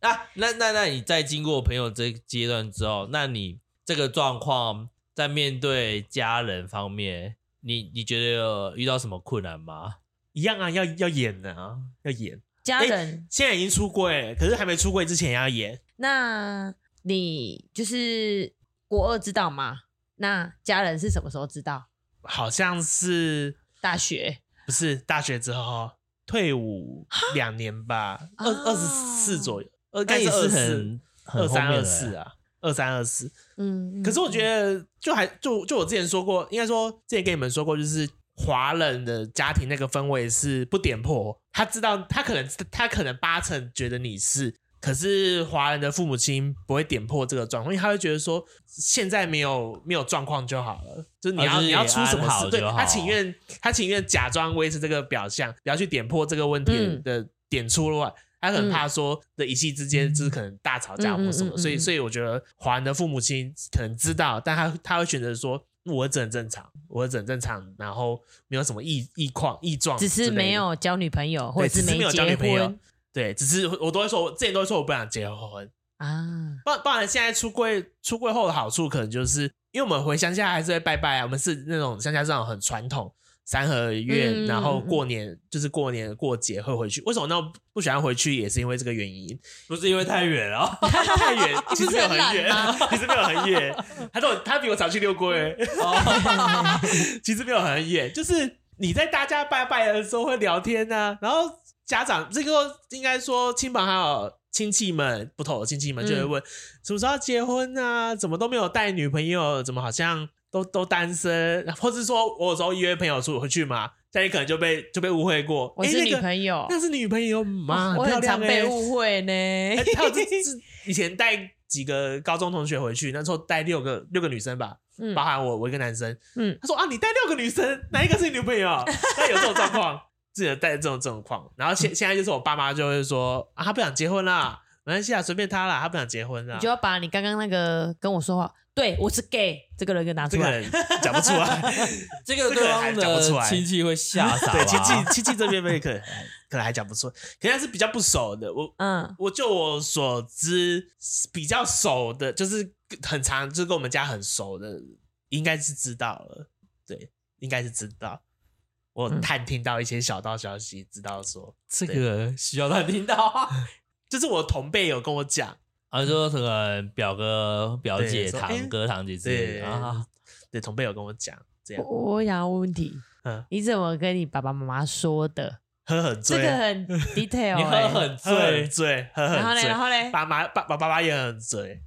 Speaker 1: 啊，那那那你在经过朋友这个阶段之后，那你这个状况在面对家人方面，你你觉得有遇到什么困难吗？
Speaker 3: 一样啊，要要演的啊，要演。
Speaker 2: 家人，
Speaker 3: 现在已经出柜了，可是还没出柜之前也要演。
Speaker 2: 那你就是国二知道吗？那家人是什么时候知道？
Speaker 3: 好像是
Speaker 2: 大学
Speaker 3: 不是大学之后退伍两年吧，二
Speaker 2: 哦
Speaker 3: 二十四左右，二
Speaker 1: 那
Speaker 3: 该
Speaker 1: 你
Speaker 3: 是
Speaker 1: 是
Speaker 3: 二四
Speaker 1: 很
Speaker 3: 二
Speaker 1: 很后
Speaker 3: 三
Speaker 1: 面
Speaker 3: 二
Speaker 1: 的
Speaker 3: 四
Speaker 1: 欸
Speaker 3: 啊，二三二四。
Speaker 2: 嗯，嗯，
Speaker 3: 可是我觉
Speaker 2: 得
Speaker 3: 得就还就就我之前说过，应该说之前跟你们说过，就是华人的家庭那个氛围是不点破，他知道他可能他可能八成觉得你是。可是华人的父母亲不会点破这个状况，因为他会觉得说现在没有没有状况就好了，就是你
Speaker 1: 啊
Speaker 3: 要、
Speaker 1: 就是
Speaker 3: 你要出
Speaker 1: 安
Speaker 3: 什么
Speaker 1: 好
Speaker 3: 事，对
Speaker 1: 就好
Speaker 3: 他情愿他情愿假装维持这个表象，不要去点破这个问题
Speaker 2: 嗯
Speaker 3: 的的点出的话，他很怕说的一夕之间就是可能大吵架
Speaker 2: 嗯嗯
Speaker 3: 或什么，
Speaker 2: 嗯嗯
Speaker 3: 所以
Speaker 2: 嗯
Speaker 3: 所以我觉得华人的父母亲可能知道，但他他会选择说我儿子很正常，我儿子很正常，然后没有什么异异况异状之
Speaker 2: 只
Speaker 3: 类的，
Speaker 2: 是没有交女朋友，或
Speaker 3: 对，
Speaker 2: 者
Speaker 3: 只是没有交
Speaker 2: 结
Speaker 3: 女朋友
Speaker 2: 婚，
Speaker 3: 对，只是我都会说，我之前都会说我不想结婚，
Speaker 2: 啊。
Speaker 3: 不不然现在出柜出柜后的好处可能就是，因为我们回乡下还是会拜拜啊，我们是那种乡下这种很传统三合院，
Speaker 2: 嗯
Speaker 3: 然后过年就是过年过节会回去。为什么那么不喜欢回去，也是因为这个原因，
Speaker 1: 不是因为太远
Speaker 2: (laughs)
Speaker 1: 了
Speaker 3: (laughs) 太远，其实没有很远
Speaker 2: 很懒，
Speaker 3: 其实没有很远，他都他比我早
Speaker 2: (laughs)
Speaker 3: 去六个月，
Speaker 1: 哦
Speaker 3: 其实没有很远，就是你在大家拜拜的时候会聊天呐、然后家长这个应该说亲朋好友。亲戚们
Speaker 2: 嗯
Speaker 3: 不同的亲戚们就会问，什么时候要结婚啊？怎么都没有带女朋友？怎么好像都都单身，或是说我有时候约朋友出回去嘛，但你可能就被就被误会过，
Speaker 2: 我
Speaker 3: 诶
Speaker 2: 是
Speaker 3: 那
Speaker 2: 女
Speaker 3: 个
Speaker 2: 朋友，
Speaker 3: 那是女朋友
Speaker 2: 哦
Speaker 3: 吗？
Speaker 2: 我很
Speaker 3: 很漂亮
Speaker 2: 常被
Speaker 3: 欸
Speaker 2: 误会呢。
Speaker 3: 哎还有这这以前带几个高中同学回去，那时候带六个六个女生吧，
Speaker 2: 嗯
Speaker 3: 包含我我一个男生。
Speaker 2: 嗯，
Speaker 3: 他说啊，你带六个女生，哪一个是你女朋友？ (laughs) 那有这种状况， (laughs) 自己带这种这种况。然后
Speaker 2: 嗯
Speaker 3: 现现在就是我爸妈就会说啊，他不想结婚啦，没关系啊，随便他啦，他不想结婚啦
Speaker 2: 你就。要把你刚刚那个跟我说话，对我是 gay 这个人给拿
Speaker 3: 这
Speaker 2: 出
Speaker 3: 个
Speaker 2: 来。
Speaker 3: 人讲不出来，
Speaker 2: (laughs)
Speaker 1: 这个
Speaker 3: 这个
Speaker 1: 对方
Speaker 3: 还讲不出
Speaker 1: 的
Speaker 3: 来
Speaker 1: 亲戚会吓傻吧，
Speaker 3: 对亲戚亲戚这边可能可能还讲不出来，可能还是比较不熟的。我
Speaker 2: 嗯，
Speaker 3: 我就我所知，比较熟的，就是很常就跟我们家很熟的，应该是知道了，对，应该是知道。我
Speaker 2: 嗯
Speaker 3: 探听到一些小道消息，知道说，
Speaker 1: 这个需要他听到啊。
Speaker 3: 就是我同辈有跟我讲，
Speaker 1: (laughs) 啊，说可能表哥、表姐、
Speaker 3: 对说
Speaker 1: 堂哥、堂姐之类
Speaker 3: 对
Speaker 1: 的
Speaker 3: (laughs)
Speaker 1: 啊，
Speaker 3: 对，同辈有跟我讲这样
Speaker 2: 我，我想要问问题，
Speaker 3: 嗯，
Speaker 2: 你怎么跟你爸爸妈妈说的？
Speaker 3: 喝很
Speaker 2: 这
Speaker 3: 醉，
Speaker 2: 个
Speaker 3: (laughs)
Speaker 2: 很 detail，
Speaker 1: 你喝
Speaker 2: 欸
Speaker 1: 很
Speaker 3: 喝很
Speaker 1: 醉，
Speaker 3: 醉，喝
Speaker 2: 然后
Speaker 3: 很
Speaker 2: 嘞，然
Speaker 3: 醉，
Speaker 2: 后嘞，
Speaker 3: 爸妈爸爸爸妈也很醉，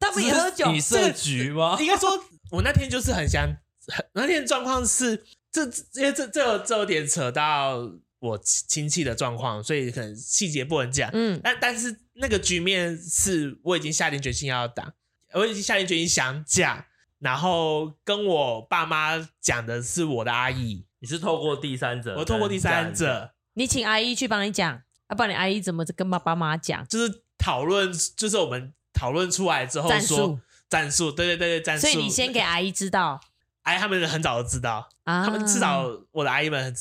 Speaker 2: 他们也喝酒，
Speaker 1: 你
Speaker 2: 这
Speaker 1: 设
Speaker 2: 个
Speaker 1: 局
Speaker 2: 哦
Speaker 1: 吗？
Speaker 3: 应该说，我那天就是很想，很那天的状况是，这这因为这这有这有点扯到我亲亲戚的状况，所以可能细节不能讲。
Speaker 2: 嗯
Speaker 3: 但但是那个局面是我已经下定决心要打，我已经下定决心想讲，然后跟我爸妈讲的是我的阿姨，
Speaker 1: 你是透过第三
Speaker 2: 嗯
Speaker 1: 者，
Speaker 3: 我透过第三，者
Speaker 2: 你请阿姨去帮你讲，要不然你阿姨怎么跟爸爸妈妈讲
Speaker 3: 就是讨论，就是我们讨论出来之后
Speaker 2: 战术
Speaker 3: 说？战术，对对对对，战术。
Speaker 2: 所以你先给阿姨知道
Speaker 3: 哎，他们很早就知道。
Speaker 2: 啊，
Speaker 3: 他们至少我的阿姨们很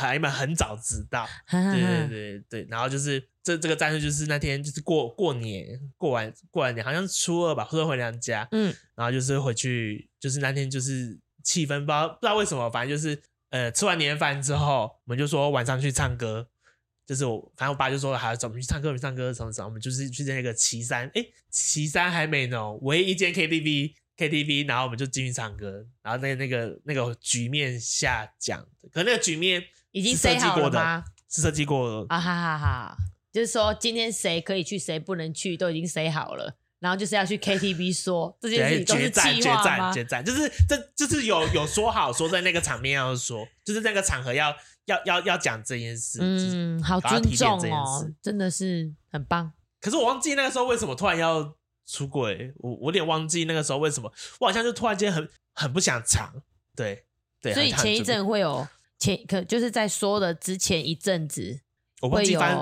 Speaker 3: 阿姨们很早知道，
Speaker 2: 哈哈哈，
Speaker 3: 对对对对，然后就是这这个战术就是那天就是过过年过完过完年好像初二吧，初二回娘家，
Speaker 2: 嗯
Speaker 3: 然后就是回去就是那天就是气氛不知道不知道为什么，反正就是呃吃完年饭之后，我们就说晚上去唱歌。就是我，反正我爸就说，好，走我们去唱歌，我们去唱歌，什么什么，我们就是去那个岐山，诶，岐山还美浓唯一一间 KTV KTV，然后我们就进去唱歌，然后在那个那个局面下讲的，可那个局面
Speaker 2: 已经
Speaker 3: 是设
Speaker 2: say
Speaker 3: 计
Speaker 2: 好了
Speaker 3: 过的
Speaker 2: 吗？
Speaker 3: 是设计过的，
Speaker 2: 啊哈哈哈，就是说今天谁可以去，谁不能去，都已经 say 好了，然后就是要去 KTV 说这件事情
Speaker 3: 对，
Speaker 2: 都
Speaker 3: 决
Speaker 2: 是
Speaker 3: 战
Speaker 2: 计
Speaker 3: 决
Speaker 2: 划
Speaker 3: 战
Speaker 2: 吗？
Speaker 3: 决战，就是这就是有有说好说在那个场面要说，就是那个场合要要要要讲这件事，嗯，
Speaker 2: 嗯，好
Speaker 3: 把它
Speaker 2: 尊
Speaker 3: 提炼
Speaker 2: 重
Speaker 3: 这件
Speaker 2: 哦
Speaker 3: 事，
Speaker 2: 真的是很棒。
Speaker 3: 可是我忘记那个时候为什么突然要出轨，我我有点忘记那个时候为什么，我好像就突然间很很不想尝，对对，
Speaker 2: 所以
Speaker 3: 很
Speaker 2: 前一，
Speaker 3: 很
Speaker 2: 阵会有前可就是在说的之前一阵子
Speaker 3: 我忘
Speaker 2: 会
Speaker 3: 记
Speaker 2: 有
Speaker 3: 发生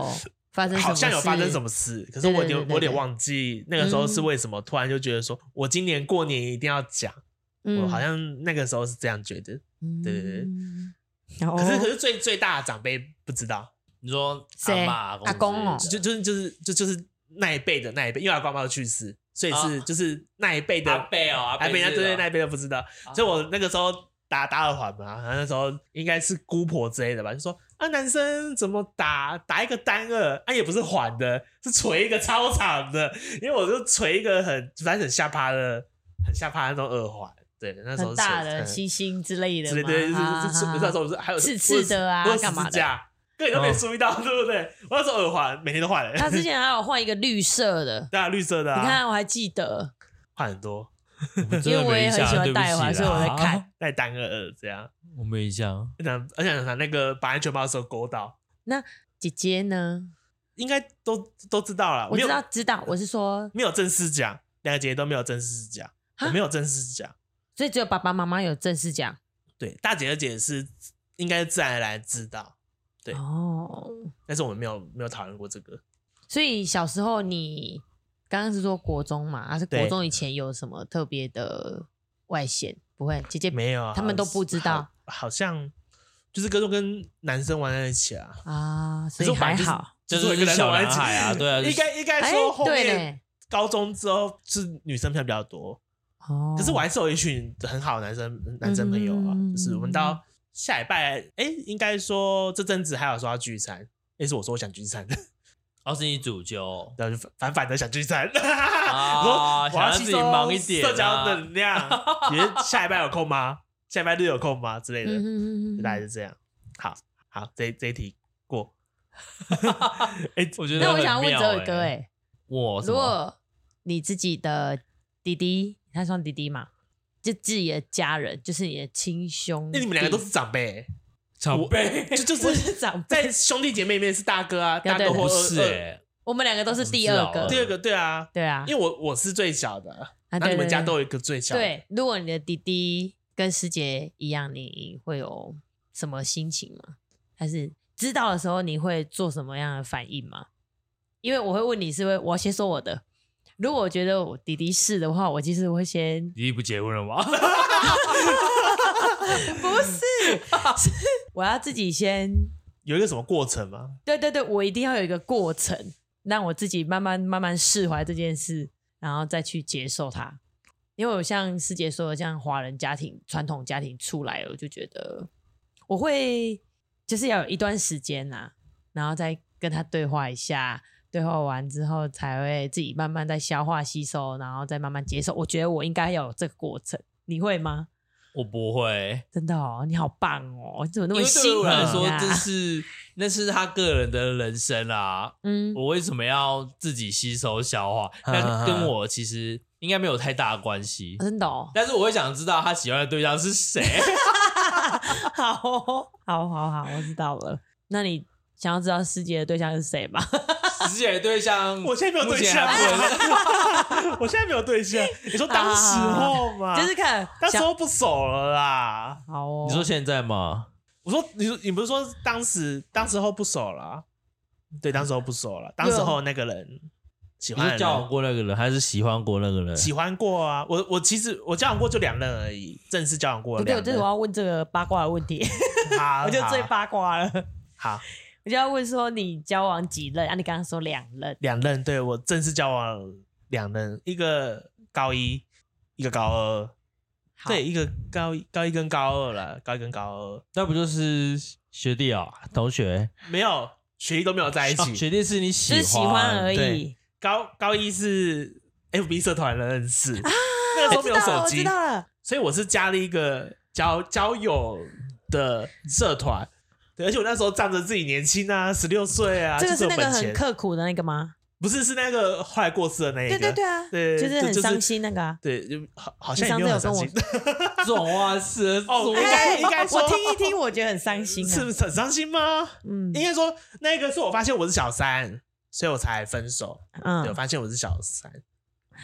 Speaker 2: 发生什么
Speaker 3: 好像有发生
Speaker 2: 事
Speaker 3: 什么事，可是我有
Speaker 2: 对对对
Speaker 3: 点
Speaker 2: 对
Speaker 3: 我
Speaker 2: 对嗯
Speaker 3: 有点忘记那个时候是为什么，突然就觉得说我今年过年一定要讲，我
Speaker 2: 嗯，
Speaker 3: 好像那个时候是这样觉得。对对对
Speaker 2: 嗯。然后
Speaker 3: 可是可是最最大的长辈不知道，
Speaker 1: 你说
Speaker 2: 谁
Speaker 1: 阿嬷
Speaker 2: 阿公哦
Speaker 1: 之
Speaker 3: 就
Speaker 1: 类的
Speaker 3: 就是就是就就是那一辈的那一辈，因为阿公阿妈都去世，所以是、
Speaker 1: 啊
Speaker 3: 就是那一辈的
Speaker 1: 阿贝哦，啊阿
Speaker 3: 阿
Speaker 1: 贝是
Speaker 3: 伯那
Speaker 1: 吧
Speaker 3: 对对那一辈都不知道，所以我那个时候打打耳环嘛，然后那时候应该是姑婆之类的吧，就说啊男生怎么打打一个单二，啊也不是环的，是锤一个超长的，因为我就锤一个很反正很下趴的很下趴的那种耳环，对，那时
Speaker 2: 很
Speaker 3: 候是
Speaker 2: 大
Speaker 3: 锤
Speaker 2: 的
Speaker 3: 嗯
Speaker 2: 星星之类的
Speaker 3: 之类
Speaker 2: 嘛
Speaker 3: 对，就是
Speaker 2: 哈哈哈
Speaker 3: 就是那时候我是还有
Speaker 2: 刺刺的啊
Speaker 3: 我有十
Speaker 2: 干嘛的哦
Speaker 3: 字架，根本就没注意到，对不对？我那时候耳环每天都换了，，
Speaker 2: 他之前还有换一个绿色的
Speaker 3: (laughs) 对啊，绿色的、啊，
Speaker 2: 你看我还记得，
Speaker 3: 换很多， (laughs)
Speaker 1: 真的
Speaker 2: 因为我也
Speaker 1: 没印象
Speaker 2: 很喜欢
Speaker 1: 对不起
Speaker 2: 戴耳环所以我在
Speaker 3: 啊
Speaker 1: 啦
Speaker 2: 看，
Speaker 3: 带单个耳这样，
Speaker 1: 我没印象。
Speaker 3: 而且而且拿那个把安全帽的时候勾到，
Speaker 2: 姐姐呢？
Speaker 3: 应该都都知道了，
Speaker 2: 我
Speaker 3: 没
Speaker 2: 知
Speaker 3: 有
Speaker 2: 道，知道，我是说，
Speaker 3: 没有正式讲，两个姐姐都没有正式讲，
Speaker 2: 哈
Speaker 3: 我没有正式讲，
Speaker 2: 所以只有爸爸妈妈有正式讲。
Speaker 3: 对，大姐二姐是应该自然而然知道，对
Speaker 2: 哦，
Speaker 3: 但是我们没有没有讨论过这个，
Speaker 2: 所以小时候你刚刚是说国中嘛，啊还是国
Speaker 3: 对
Speaker 2: 中以前有什么特别的外显？不会，姐姐
Speaker 3: 没有啊，
Speaker 2: 他们都不知道
Speaker 3: 好，好像就是各种跟男生玩在一起啊。
Speaker 2: 啊，所
Speaker 3: 可是
Speaker 2: 以
Speaker 3: 我本
Speaker 2: 还
Speaker 3: 来就是
Speaker 2: 好。
Speaker 1: 就是一个小男孩啊对啊就是
Speaker 3: 应该应该
Speaker 2: 哎
Speaker 3: 说后
Speaker 2: 对
Speaker 3: 面
Speaker 2: 嘞，
Speaker 3: 高中之后是女生朋友比较多，
Speaker 2: 哦，
Speaker 3: 可是我还是有一群很好的男生男生朋友啊，
Speaker 2: 嗯
Speaker 3: 就是我们到下礼拜，哎、应该说这阵子还有说要聚餐，那是我说我想聚餐，
Speaker 1: 哦，是你主揪
Speaker 3: 然后就反反的想聚餐， (laughs)
Speaker 1: 啊
Speaker 3: 我说我
Speaker 1: 想要
Speaker 3: 吸
Speaker 1: 自己
Speaker 3: 收
Speaker 1: 忙一点啊
Speaker 3: 社交能量，
Speaker 1: (laughs)
Speaker 3: 你是下礼拜有空吗？下礼拜日有空吗？之类的，
Speaker 2: 嗯
Speaker 3: 就大概是这样。好好，这这一题过，哎、
Speaker 1: 我觉得
Speaker 2: 那我
Speaker 1: 很
Speaker 2: 想要问
Speaker 1: 妙
Speaker 2: 哲宇哥，
Speaker 1: 欸，
Speaker 2: 哎，
Speaker 1: 我什
Speaker 2: 如
Speaker 1: 么
Speaker 2: 果你自己的弟弟，他算弟弟嘛，就自己的家人，就是你的亲兄弟。
Speaker 3: 那你们两个都是长辈欸、
Speaker 1: 长辈
Speaker 3: 就就
Speaker 2: (laughs) 我
Speaker 3: 是
Speaker 1: (laughs)
Speaker 2: 是长辈，
Speaker 3: 在兄弟姐妹里面是大哥啊，
Speaker 2: 对
Speaker 3: 大哥
Speaker 2: 对
Speaker 3: 或
Speaker 1: 不
Speaker 3: 二
Speaker 1: 是
Speaker 3: 二
Speaker 1: 哎，
Speaker 2: 我们两个都是第
Speaker 1: 我
Speaker 2: 二
Speaker 1: 们是老二
Speaker 2: 个，
Speaker 3: 第二个对啊，
Speaker 2: 对啊，
Speaker 3: 哦因为我我是最小的，
Speaker 2: 啊
Speaker 3: 那、
Speaker 2: 对
Speaker 3: 你们
Speaker 2: 对
Speaker 3: 家
Speaker 2: 对
Speaker 3: 都有一个最小的，
Speaker 2: 对，如果你的弟弟跟师姐一样，你会有什么心情吗？还是知道的时候你会做什么样的反应吗？因为我会问你是会，我先说我的。如果我觉得我弟弟是的话，我其实会先
Speaker 1: 你不结婚了吗？ (laughs)
Speaker 2: 不是， (laughs) 是我要自己先，
Speaker 3: 有一个什么过程吗？
Speaker 2: 对对对，我一定要有一个过程，让我自己慢慢慢慢释怀这件事，然后再去接受它。因为我像师姐说的，像华人家庭、传统家庭出来，我就觉得我会就是要有一段时间呐、然后再跟他对话一下，对话完之后才会自己慢慢再消化吸收，然后再慢慢接受。我觉得我应该要有这个过程，你会吗？
Speaker 1: 我不会，
Speaker 2: 真的哦，你好棒哦！你怎么那
Speaker 1: 因
Speaker 2: 么
Speaker 1: 为对
Speaker 2: 幸
Speaker 1: 我
Speaker 2: 运
Speaker 1: 来
Speaker 2: 啊？
Speaker 1: 说，这是那是他个人的人生啊，
Speaker 2: 嗯，
Speaker 1: 我为什么要自己吸收消化？那跟我其实应该没有太大的关系。
Speaker 2: 真的哦，
Speaker 1: 但是我会想知道他喜欢的对象是谁。 (laughs)
Speaker 2: 好哦， (laughs) 好好好，我知道了。那你想要知道师姐的对象是谁吗？
Speaker 1: 师姐的对象，
Speaker 3: 我现在没有对
Speaker 1: 目前
Speaker 3: 象
Speaker 1: 还不认，
Speaker 3: 我现在没有对象，你说当时候嘛，
Speaker 2: 就是看
Speaker 3: 当啊时
Speaker 2: 想
Speaker 3: 候不熟了啦。
Speaker 2: 好哦，
Speaker 1: 你说现在吗？
Speaker 3: 我说，你说你不是说当时当时候不熟了啊？对，当时候不熟了，当时候那个人喜
Speaker 1: 你
Speaker 3: 欢的
Speaker 1: 是
Speaker 3: 人
Speaker 1: 交往过那个人，还是喜欢过那个人？
Speaker 3: 喜欢过啊。我我其实我交往过就两任而已，正式交往过
Speaker 2: 不
Speaker 3: 了
Speaker 2: 对，
Speaker 3: 两
Speaker 2: 就是我
Speaker 3: 任。
Speaker 2: 要问这个八卦的问题，(laughs)
Speaker 3: 好，
Speaker 2: 我就
Speaker 3: 好
Speaker 2: 最八卦了，
Speaker 3: 好
Speaker 2: 我就要问说你交往几任啊？你刚刚说两任，
Speaker 3: 两任，对我正式交往两任，一个高一，一个高二。
Speaker 2: 好
Speaker 3: 对，一个高一高一跟高二了，高一跟高二
Speaker 1: 那不就是学弟啊、同学
Speaker 3: 没有学历都没有在一
Speaker 1: 哦
Speaker 3: 起。
Speaker 1: 学弟是你
Speaker 2: 就
Speaker 1: 喜
Speaker 2: 是喜欢而已
Speaker 3: 对。高高一是 FB 社团的认识，那
Speaker 2: 啊
Speaker 3: 个时
Speaker 2: 我
Speaker 3: 候没
Speaker 2: 知
Speaker 3: 有
Speaker 2: 道了，
Speaker 3: 手
Speaker 2: 我知
Speaker 3: 机，
Speaker 2: 道了，
Speaker 3: 所以我是加了一个交交友的社团。对，而且我那时候仗着自己年轻啊，十六岁啊，
Speaker 2: 这
Speaker 3: 就
Speaker 2: 个是
Speaker 3: 有
Speaker 2: 那个
Speaker 3: 本
Speaker 2: 很
Speaker 3: 钱，
Speaker 2: 刻苦的那个吗？
Speaker 3: 不是是那个后来过世的那一个，
Speaker 2: 对对对啊，
Speaker 3: 对
Speaker 2: 就是
Speaker 3: 这
Speaker 2: 很
Speaker 3: 就是
Speaker 2: 伤心那个啊。
Speaker 3: 对，就好好
Speaker 2: 你
Speaker 3: 像
Speaker 2: 上
Speaker 3: 也
Speaker 2: 次
Speaker 3: 没有
Speaker 2: 有
Speaker 3: 很
Speaker 2: 跟
Speaker 3: 伤
Speaker 2: 我
Speaker 3: 心，
Speaker 1: 这种话是
Speaker 3: 哦
Speaker 1: 是
Speaker 3: 应该
Speaker 2: 哎
Speaker 3: 应该说
Speaker 2: 我听一听，我觉得很伤心啊。
Speaker 3: (laughs) 是不是很伤心吗？
Speaker 2: 嗯
Speaker 3: 应该说那个是我发现我是小三，所以我才分手。对，我
Speaker 2: 嗯，
Speaker 3: 发现我是小三，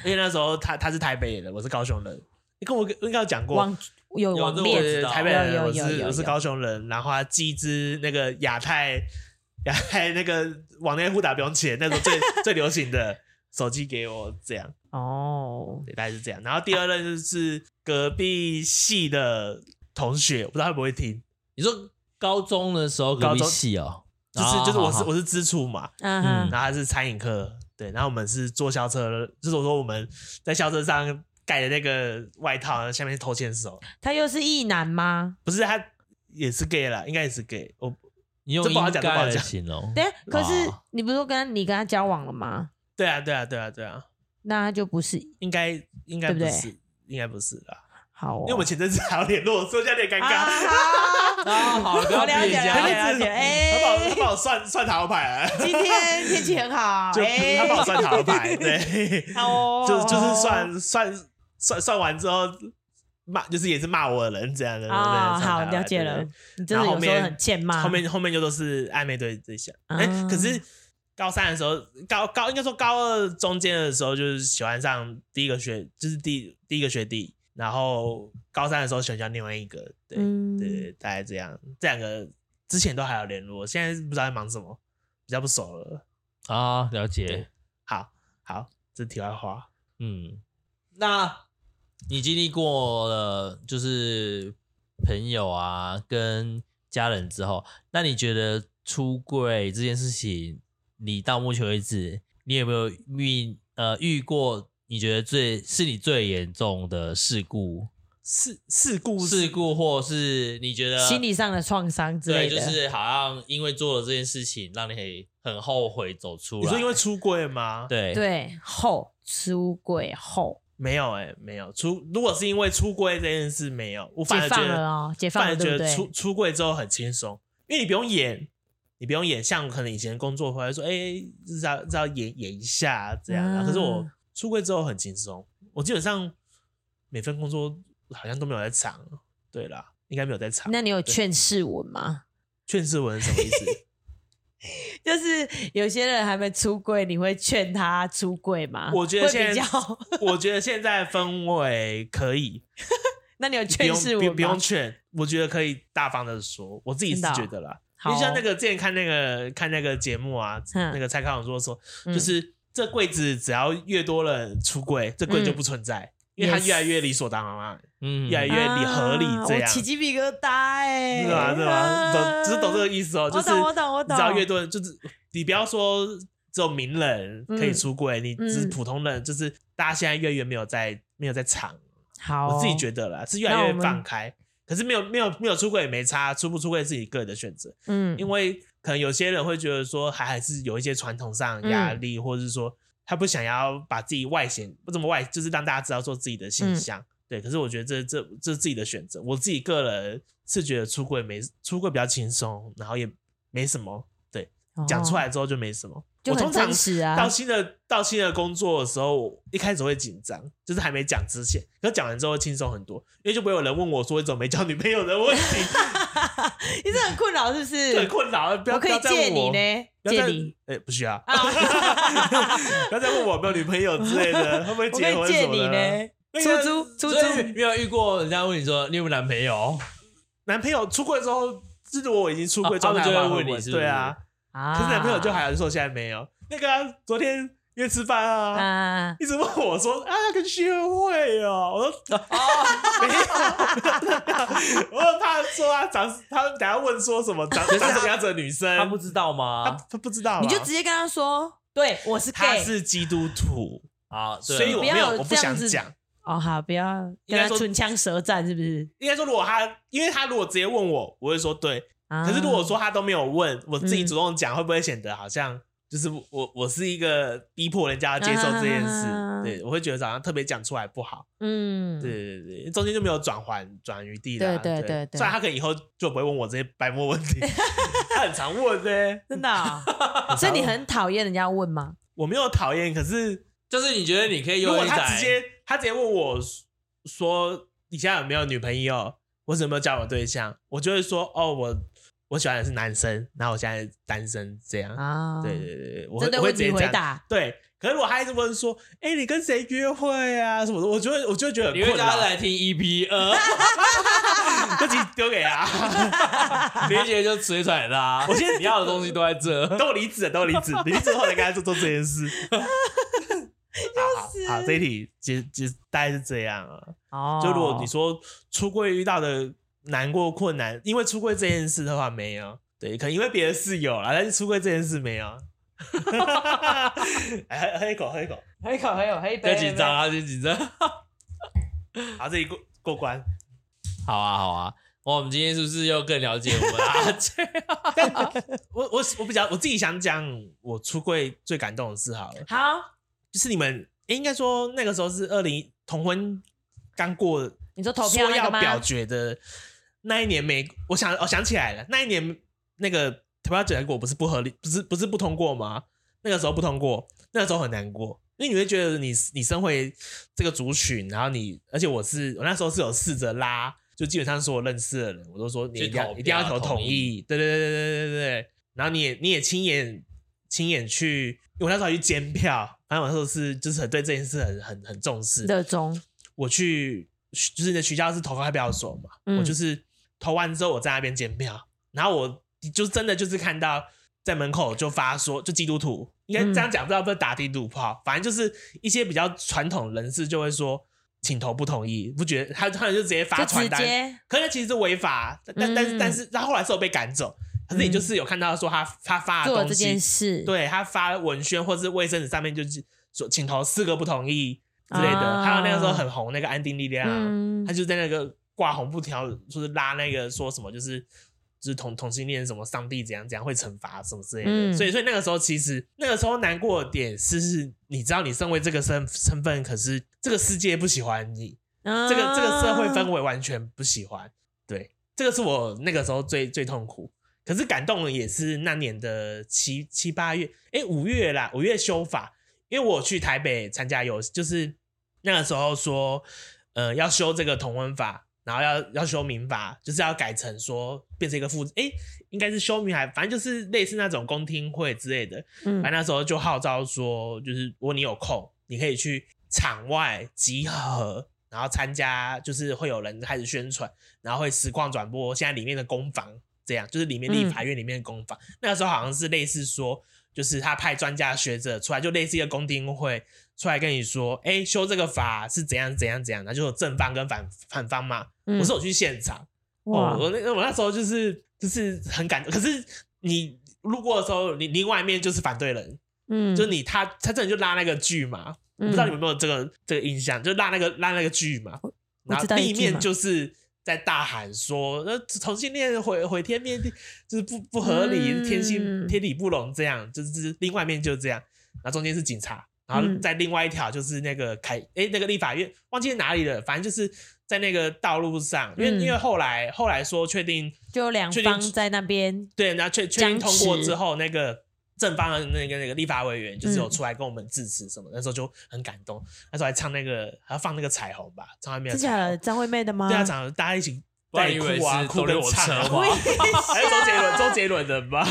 Speaker 3: 因为那时候他他是台北人，我是高雄人。你跟我应该有讲过，
Speaker 2: 网有
Speaker 1: 有
Speaker 2: 网
Speaker 1: 这
Speaker 3: 对
Speaker 1: 我
Speaker 2: 恋
Speaker 1: 知
Speaker 3: 对对
Speaker 1: 道
Speaker 3: 台北
Speaker 2: 有
Speaker 3: 人，
Speaker 2: 有
Speaker 3: 我
Speaker 2: 有
Speaker 3: 是
Speaker 2: 有
Speaker 3: 我是
Speaker 2: 有
Speaker 3: 高雄人，然后他寄一支那个亚太亚太那个网内互打不用钱，那时候最最流行的手机给我，这样
Speaker 2: 哦，
Speaker 3: 对，大概是这样。然后第二任就是隔壁系的同学，我不知道他会不会听，
Speaker 1: 你说高中的时候隔
Speaker 3: 高
Speaker 1: 壁
Speaker 3: 中
Speaker 1: 系哦，
Speaker 3: 就是就是我是
Speaker 1: 我
Speaker 3: 我是支出嘛，
Speaker 1: 嗯
Speaker 2: 嗯哼，
Speaker 3: 然后他是餐饮科，对，然后我们是坐校车，就是我说我们在校车上盖的那个外套，然后下面是偷牵手，
Speaker 2: 他又是异男吗？
Speaker 3: 不是他也是 gay 啦，应该也是 gay，我
Speaker 1: 你用
Speaker 3: 这不好
Speaker 1: 应
Speaker 3: 讲
Speaker 1: 该
Speaker 3: 这不好
Speaker 1: 来
Speaker 3: 讲
Speaker 1: 形容。
Speaker 2: 对，可是
Speaker 3: 啊
Speaker 1: 哇
Speaker 2: 你不是说跟你跟他交往了吗？
Speaker 3: 对啊对啊对啊对啊，
Speaker 2: 那他就不是
Speaker 3: 应该应该
Speaker 2: 对不
Speaker 3: 不
Speaker 2: 对
Speaker 3: 是，应该不是啦，
Speaker 2: 好哦，
Speaker 3: 因为我们前阵子还有联络，所以现在有点尴
Speaker 2: 啊
Speaker 3: 尬。
Speaker 2: 好
Speaker 1: 啊，
Speaker 3: 哦
Speaker 1: 好，
Speaker 3: (laughs)
Speaker 1: 不要
Speaker 2: 我了
Speaker 1: 逼
Speaker 2: 解
Speaker 1: 人
Speaker 2: 了
Speaker 1: 家
Speaker 3: 他
Speaker 2: 解了
Speaker 3: 就
Speaker 2: 解，
Speaker 3: 他帮我他
Speaker 2: 哎，
Speaker 3: 帮我算算塔罗牌啊，
Speaker 2: 今天天气很好，
Speaker 3: 就
Speaker 2: 哎
Speaker 3: 他帮我算塔罗牌，对，
Speaker 2: 好哦，
Speaker 3: 就就是算算算算完之后骂，就是也是骂我的人这样的。
Speaker 2: 啊，
Speaker 3: 对算塔
Speaker 2: 好
Speaker 3: 罗牌
Speaker 2: 了解
Speaker 3: 对
Speaker 2: 了
Speaker 3: 对，
Speaker 2: 你真的有时候很欠骂，
Speaker 3: 后面后面就都是暧昧对对象。哎、
Speaker 2: 啊
Speaker 3: 可是高三的时候，高高应该说高二中间的时候，就是喜欢上第一个学，就是第第一个学弟，然后高三的时候选上另外一个，对、
Speaker 2: 嗯
Speaker 3: 对，大概这样。这两个之前都还有联络，现在不知道在忙什么，比较不熟了。
Speaker 1: 啊，了解
Speaker 3: 对。好好，这题外话。
Speaker 1: 嗯，那你经历过了就是朋友啊跟家人之后，那你觉得出柜这件事情，你到目前为止，你有没有遇呃遇过？你觉得最是你最严重的事故、
Speaker 3: 事事故
Speaker 1: 事啊故，或是你觉得
Speaker 2: 心理上的创伤之
Speaker 1: 对，
Speaker 2: 类
Speaker 1: 就
Speaker 2: 的，
Speaker 1: 是好像因为做了这件事情，让你很很后悔走出来。
Speaker 3: 你说因为出柜吗？，
Speaker 1: 对
Speaker 2: 对后出轨后
Speaker 3: 没有哎、没有出。如果是因为出柜这件事，没有，我反
Speaker 2: 解
Speaker 3: 而觉
Speaker 2: 放
Speaker 3: 得
Speaker 2: 了哦，解放
Speaker 3: 反
Speaker 2: 了
Speaker 3: 而
Speaker 2: 对
Speaker 3: 觉
Speaker 2: 不
Speaker 3: 得
Speaker 2: 对？
Speaker 3: 出出柜之后很轻松，因为你不用演，你不用演，像可能以前工作回来说，哎、就是要就是要演演一下这样、啊。
Speaker 2: 嗯
Speaker 3: 可是我出柜之后很轻松，我基本上每份工作好像都没有在藏。对啦，应该没有在藏。
Speaker 2: 那你有劝世文吗？
Speaker 3: 劝世文是什么意
Speaker 2: (laughs)
Speaker 3: 思？
Speaker 2: 就是有些人还没出柜，你会劝他出柜吗？
Speaker 3: 我觉得
Speaker 2: 啊会
Speaker 3: 现
Speaker 2: 比
Speaker 3: 在
Speaker 2: 较。
Speaker 3: 我觉得现在氛围可以，
Speaker 2: 那你有
Speaker 3: 不
Speaker 2: 劝
Speaker 3: 用
Speaker 2: 世
Speaker 3: 不
Speaker 2: 文吗？
Speaker 3: 不用劝，我觉得可以大方的说，我自己是
Speaker 2: 真的哦
Speaker 3: 觉得啦。
Speaker 2: 好
Speaker 3: 你
Speaker 2: 哦
Speaker 3: 像那个之前看那个看那个节目啊，
Speaker 2: 嗯
Speaker 3: 那个蔡康永说说，
Speaker 2: 嗯
Speaker 3: 就是这柜子只要越多人出柜，这柜
Speaker 2: 嗯
Speaker 3: 就不存在，因为它
Speaker 2: Yes
Speaker 3: 越来越理所当然嘛，
Speaker 1: 嗯
Speaker 3: 越来越理合理这
Speaker 2: 啊
Speaker 3: 样
Speaker 2: 我起鸡皮疙瘩哎、
Speaker 3: 对吧？啊对吧？懂，只是懂这个意思哦，
Speaker 2: 啊
Speaker 3: 就
Speaker 2: 我
Speaker 3: 是
Speaker 2: 懂我懂我懂
Speaker 3: 只要越多人，就是你不要说只有名人可以出柜，你只是
Speaker 2: 嗯
Speaker 3: 普通人，就是大家现在越来越没有在没有在藏，
Speaker 2: 好哦、
Speaker 3: 我自己觉得啦，是越
Speaker 2: 那
Speaker 3: 来
Speaker 2: 我
Speaker 3: 越
Speaker 2: 们
Speaker 3: 放开。可是没有没有没有出柜也没差，出不出柜是你个人的选择。
Speaker 2: 嗯，
Speaker 3: 因为可能有些人会觉得说，还还是有一些传统上的
Speaker 2: 嗯
Speaker 3: 压力，或者是说他不想要把自己外显，不怎么外，就是让大家知道说自己的
Speaker 2: 嗯
Speaker 3: 形象。对，可是我觉得这这这是自己的选择，我自己个人是觉得出柜没出柜比较轻松，然后也没什么，讲出
Speaker 2: 哦、
Speaker 3: 来之后就没什么。
Speaker 2: 就
Speaker 3: 我
Speaker 2: 很
Speaker 3: 通常
Speaker 2: 真实啊。
Speaker 3: 到新的到新的工作的时候，我一开始会紧张，就是还没讲之前，可是讲完之后会轻松很多，因为就不会有人问我说为什么没交女朋友的
Speaker 2: (laughs)
Speaker 3: 问题，
Speaker 2: 你是很困扰是不是？
Speaker 3: 就很困扰。不要
Speaker 2: 我可以
Speaker 3: 不要再问
Speaker 2: 借你
Speaker 3: 我
Speaker 2: 呢，
Speaker 3: 不要
Speaker 2: 借
Speaker 3: 再
Speaker 2: 你。啊
Speaker 3: 哎、 (laughs) 不需要，
Speaker 2: (laughs)
Speaker 3: 不要再问我有没有女朋友之类的，会不会
Speaker 2: 我
Speaker 3: 结
Speaker 2: 可以
Speaker 3: 婚
Speaker 2: 借
Speaker 3: 什么
Speaker 2: 你
Speaker 3: 的。
Speaker 2: 呢，
Speaker 3: 那
Speaker 2: 出
Speaker 3: 个
Speaker 2: 租出
Speaker 1: 所
Speaker 2: 租
Speaker 1: 以没有遇过人家问你说你有没有男朋友？
Speaker 3: 男朋友出柜之后，就是我已经出柜
Speaker 2: 哦
Speaker 3: 状态的
Speaker 1: 啊他
Speaker 3: 话，
Speaker 1: 们就会问
Speaker 3: 会
Speaker 1: 你是不是
Speaker 3: 对啊，
Speaker 2: 啊
Speaker 3: 可是男朋友就还是说现在没有。那个啊、昨天约吃饭啊，
Speaker 2: 啊，
Speaker 3: 一直问我说啊，要跟去约会哦。我
Speaker 2: (laughs)
Speaker 3: 说哦， (laughs) 没有，我说他说他长，他等下问说什么长长什么样子的女生，
Speaker 1: 他不知道吗？
Speaker 3: 他他不知道啊，
Speaker 2: 你就直接跟他说，对我是
Speaker 3: 他
Speaker 2: gay。
Speaker 3: 是基督徒，
Speaker 1: 啊，对
Speaker 3: 所以
Speaker 1: 了
Speaker 3: 我没有
Speaker 2: 不要
Speaker 3: 我不
Speaker 2: 这样
Speaker 3: 想
Speaker 2: 子
Speaker 3: 讲。
Speaker 2: 哦，好，不要跟
Speaker 3: 应该
Speaker 2: 他
Speaker 3: 说
Speaker 2: 唇枪舌战，是不是？
Speaker 3: 应该说，如果他，因为他如果直接问我，我会说对。
Speaker 2: 啊
Speaker 3: 可是如果说他都没有问，我自己
Speaker 2: 嗯
Speaker 3: 主动讲，会不会显得好像就是我我是一个逼迫人家要接受这件事？
Speaker 2: 啊
Speaker 3: 对，我会觉得好像特别讲出来不好。
Speaker 2: 嗯，
Speaker 3: 对对对，中间就没有转环转余地啦。
Speaker 2: 对对对对
Speaker 3: 虽然他可能以后就不会问我这些白目
Speaker 2: (laughs)
Speaker 3: 问题，他很常问呢、
Speaker 2: 真的啊、
Speaker 3: 常
Speaker 2: (laughs) 所以你很讨厌人家问
Speaker 3: (laughs)
Speaker 2: 吗？
Speaker 3: 我没有讨厌，可是
Speaker 1: 就是你觉得你可以
Speaker 3: 如
Speaker 1: 用
Speaker 3: 果
Speaker 1: 一
Speaker 3: 他
Speaker 1: 仔
Speaker 3: 直接他直接问我说你现在有没有女朋友，或者有没有交往对象，我就会说哦，我我喜欢的是男生，然后我现在单身这样。
Speaker 2: 啊，
Speaker 3: 对对对对，我会
Speaker 2: 针对
Speaker 3: 我会
Speaker 2: 问
Speaker 3: 直
Speaker 2: 题
Speaker 3: 接
Speaker 2: 回
Speaker 3: 讲。
Speaker 2: 答，
Speaker 3: 对，可是我还一直问说，哎、你跟谁约会啊什么的，我就会我就会觉得很
Speaker 1: 你会
Speaker 3: 困
Speaker 1: 叫他
Speaker 3: 扰，
Speaker 1: 来听 E 呃 EP 二，
Speaker 3: 自己丢给
Speaker 1: (laughs)
Speaker 3: 他。
Speaker 1: 林杰就直接甩他。
Speaker 3: 我现在
Speaker 1: 你要的东西都在这。
Speaker 3: 等我离职了，等我离职，离职后才跟他做做这件
Speaker 1: (laughs)
Speaker 3: 事。好
Speaker 2: 是
Speaker 3: 好好，这一题其实其实大概是这样啊。
Speaker 2: 哦，
Speaker 3: 就如果你说出柜遇到的难过困难，因为出柜这件事的话没有，对，可能因为别的事有啦，但是出柜这件事没有。 (laughs) 哎，喝喝一口，喝一口，
Speaker 2: 喝一口，喝一口，喝一
Speaker 1: 不
Speaker 2: 杯，
Speaker 1: 要紧张，啊，先紧张。
Speaker 3: 好，这里过过关。
Speaker 1: 好啊，好啊。哇，我们今天是不是又更了解我们啊阿 (laughs) 杰？
Speaker 3: 我我我比较我自己想讲我出柜最感动的事好了，
Speaker 2: 好，
Speaker 3: 就是你们、诶应该说那个时候是二零同婚刚过，
Speaker 2: 你说投票
Speaker 3: 说
Speaker 2: 那
Speaker 3: 要
Speaker 2: 个吗？
Speaker 3: 表决的那一年美，我想我想起来了，那一年那个投票结果不是不合理，不是不是不通过吗？那个时候不通过，那个时候很难过，因为你会觉得你你身为这个族群，然后你而且我是我那时候是有试着拉，就基本上所有认识的人，我都说你一定
Speaker 1: 去投
Speaker 3: 要
Speaker 1: 票
Speaker 3: 一定要投
Speaker 1: 同
Speaker 3: 统
Speaker 1: 意
Speaker 3: 一，对对对对对对对对，然后你也你也亲眼亲眼去，因为我那时候还去监票，反正我那时候是就是很对这件事很很很重视，
Speaker 2: 热衷，
Speaker 3: 我去就是那学校是投开票所嘛，
Speaker 2: 嗯
Speaker 3: 我就是投完之后我在那边检票，然后我就真的就是看到在门口就发说就基督徒，应该这
Speaker 2: 嗯
Speaker 3: 样讲不知道不是打地主炮，反正就是一些比较传统人士就会说请投不同意，不觉得他他们就直接发
Speaker 2: 就直
Speaker 3: 传单，
Speaker 2: 接
Speaker 3: 可是其实是违法，但
Speaker 2: 嗯
Speaker 3: 但是但是他后来是有被赶走，可是你就是有看到说他他发的
Speaker 2: 做
Speaker 3: 东
Speaker 2: 这
Speaker 3: 西
Speaker 2: 件事，
Speaker 3: 对他发文宣或是卫生纸上面就是说请投四个不同意之类的。
Speaker 2: 啊
Speaker 3: 还有那个时候很红那个安定力量，
Speaker 2: 嗯
Speaker 3: 他就在那个挂红布条，就是拉那个说什么就是就是同同性恋什么上帝怎样怎样会惩罚什么之类的。
Speaker 2: 嗯
Speaker 3: 所以所以那个时候其实那个时候难过的点是是你知道你身为这个身身份，可是这个世界不喜欢你，
Speaker 2: 啊
Speaker 3: 这个这个社会氛围完全不喜欢。对，这个是我那个时候最最痛苦。可是感动的也是那年的七七八月，哎，五月啦，五月修法，因为我去台北参加游，就是那个时候说，呃要修这个同婚法，然后要要修民法，就是要改成说变成一个父，哎、应该是修民还反正就是类似那种公听会之类的。
Speaker 2: 嗯
Speaker 3: 反啊正那时候就号召说，就是如果你有空，你可以去场外集合，然后参加，就是会有人开始宣传，然后会实况转播现在里面的攻防，这样就是里面
Speaker 2: 嗯
Speaker 3: 立法院里面的攻防。那个时候好像是类似说，就是他派专家学者出来，就类似一个公听会出来跟你说，哎、修这个法是怎样怎样怎样，那就有正方跟反反方嘛。
Speaker 2: 嗯
Speaker 3: 我是有去现场，
Speaker 2: 哇
Speaker 3: 哦，，我那我那时候就是就是很感动，可是你路过的时候，你另外一面就是反对人，
Speaker 2: 嗯，
Speaker 3: 就是你他他真的就拉那个剧嘛，我
Speaker 2: 嗯
Speaker 3: 不知道你们有没有这个这个印象，就拉那个拉那个剧嘛，
Speaker 2: 我
Speaker 3: 然后
Speaker 2: 知道
Speaker 3: 另一
Speaker 2: 一句
Speaker 3: 面
Speaker 2: 嘛
Speaker 3: 就是在大喊说，那同性恋毁毁天灭地，就是不不合理，
Speaker 2: 嗯
Speaker 3: 天性天理不容，这样就是另外一面就这样，然后中间是警察，然后
Speaker 2: 嗯
Speaker 3: 在另外一条就是那个凯诶，那个立法院忘记哪里了，反正就是在那个道路上，因为、
Speaker 2: 嗯
Speaker 3: 因为后来后来说确定
Speaker 2: 就两
Speaker 3: 确定
Speaker 2: 方在那边，
Speaker 3: 对，然后确确
Speaker 2: 僵
Speaker 3: 定通过
Speaker 2: 持
Speaker 3: 之后，那个正方的那个那个立法委员就是有
Speaker 2: 嗯
Speaker 3: 出来跟我们致辞什么，那时候就很感动。那时候还唱那个，还要放那个彩虹吧，唱外面
Speaker 2: 真假
Speaker 3: 的彩
Speaker 2: 的
Speaker 3: 虹。
Speaker 2: 张惠妹的吗？
Speaker 3: 对啊，唱大家一起
Speaker 1: 不然
Speaker 3: 在
Speaker 1: 以为
Speaker 3: 哭啊，
Speaker 1: 是
Speaker 3: 哭
Speaker 1: 周
Speaker 3: 跟
Speaker 1: 六我
Speaker 3: 唱
Speaker 1: 车
Speaker 3: 啊，
Speaker 1: 吗？
Speaker 3: 还是周杰
Speaker 2: 啊
Speaker 3: 伦，周杰伦的吧？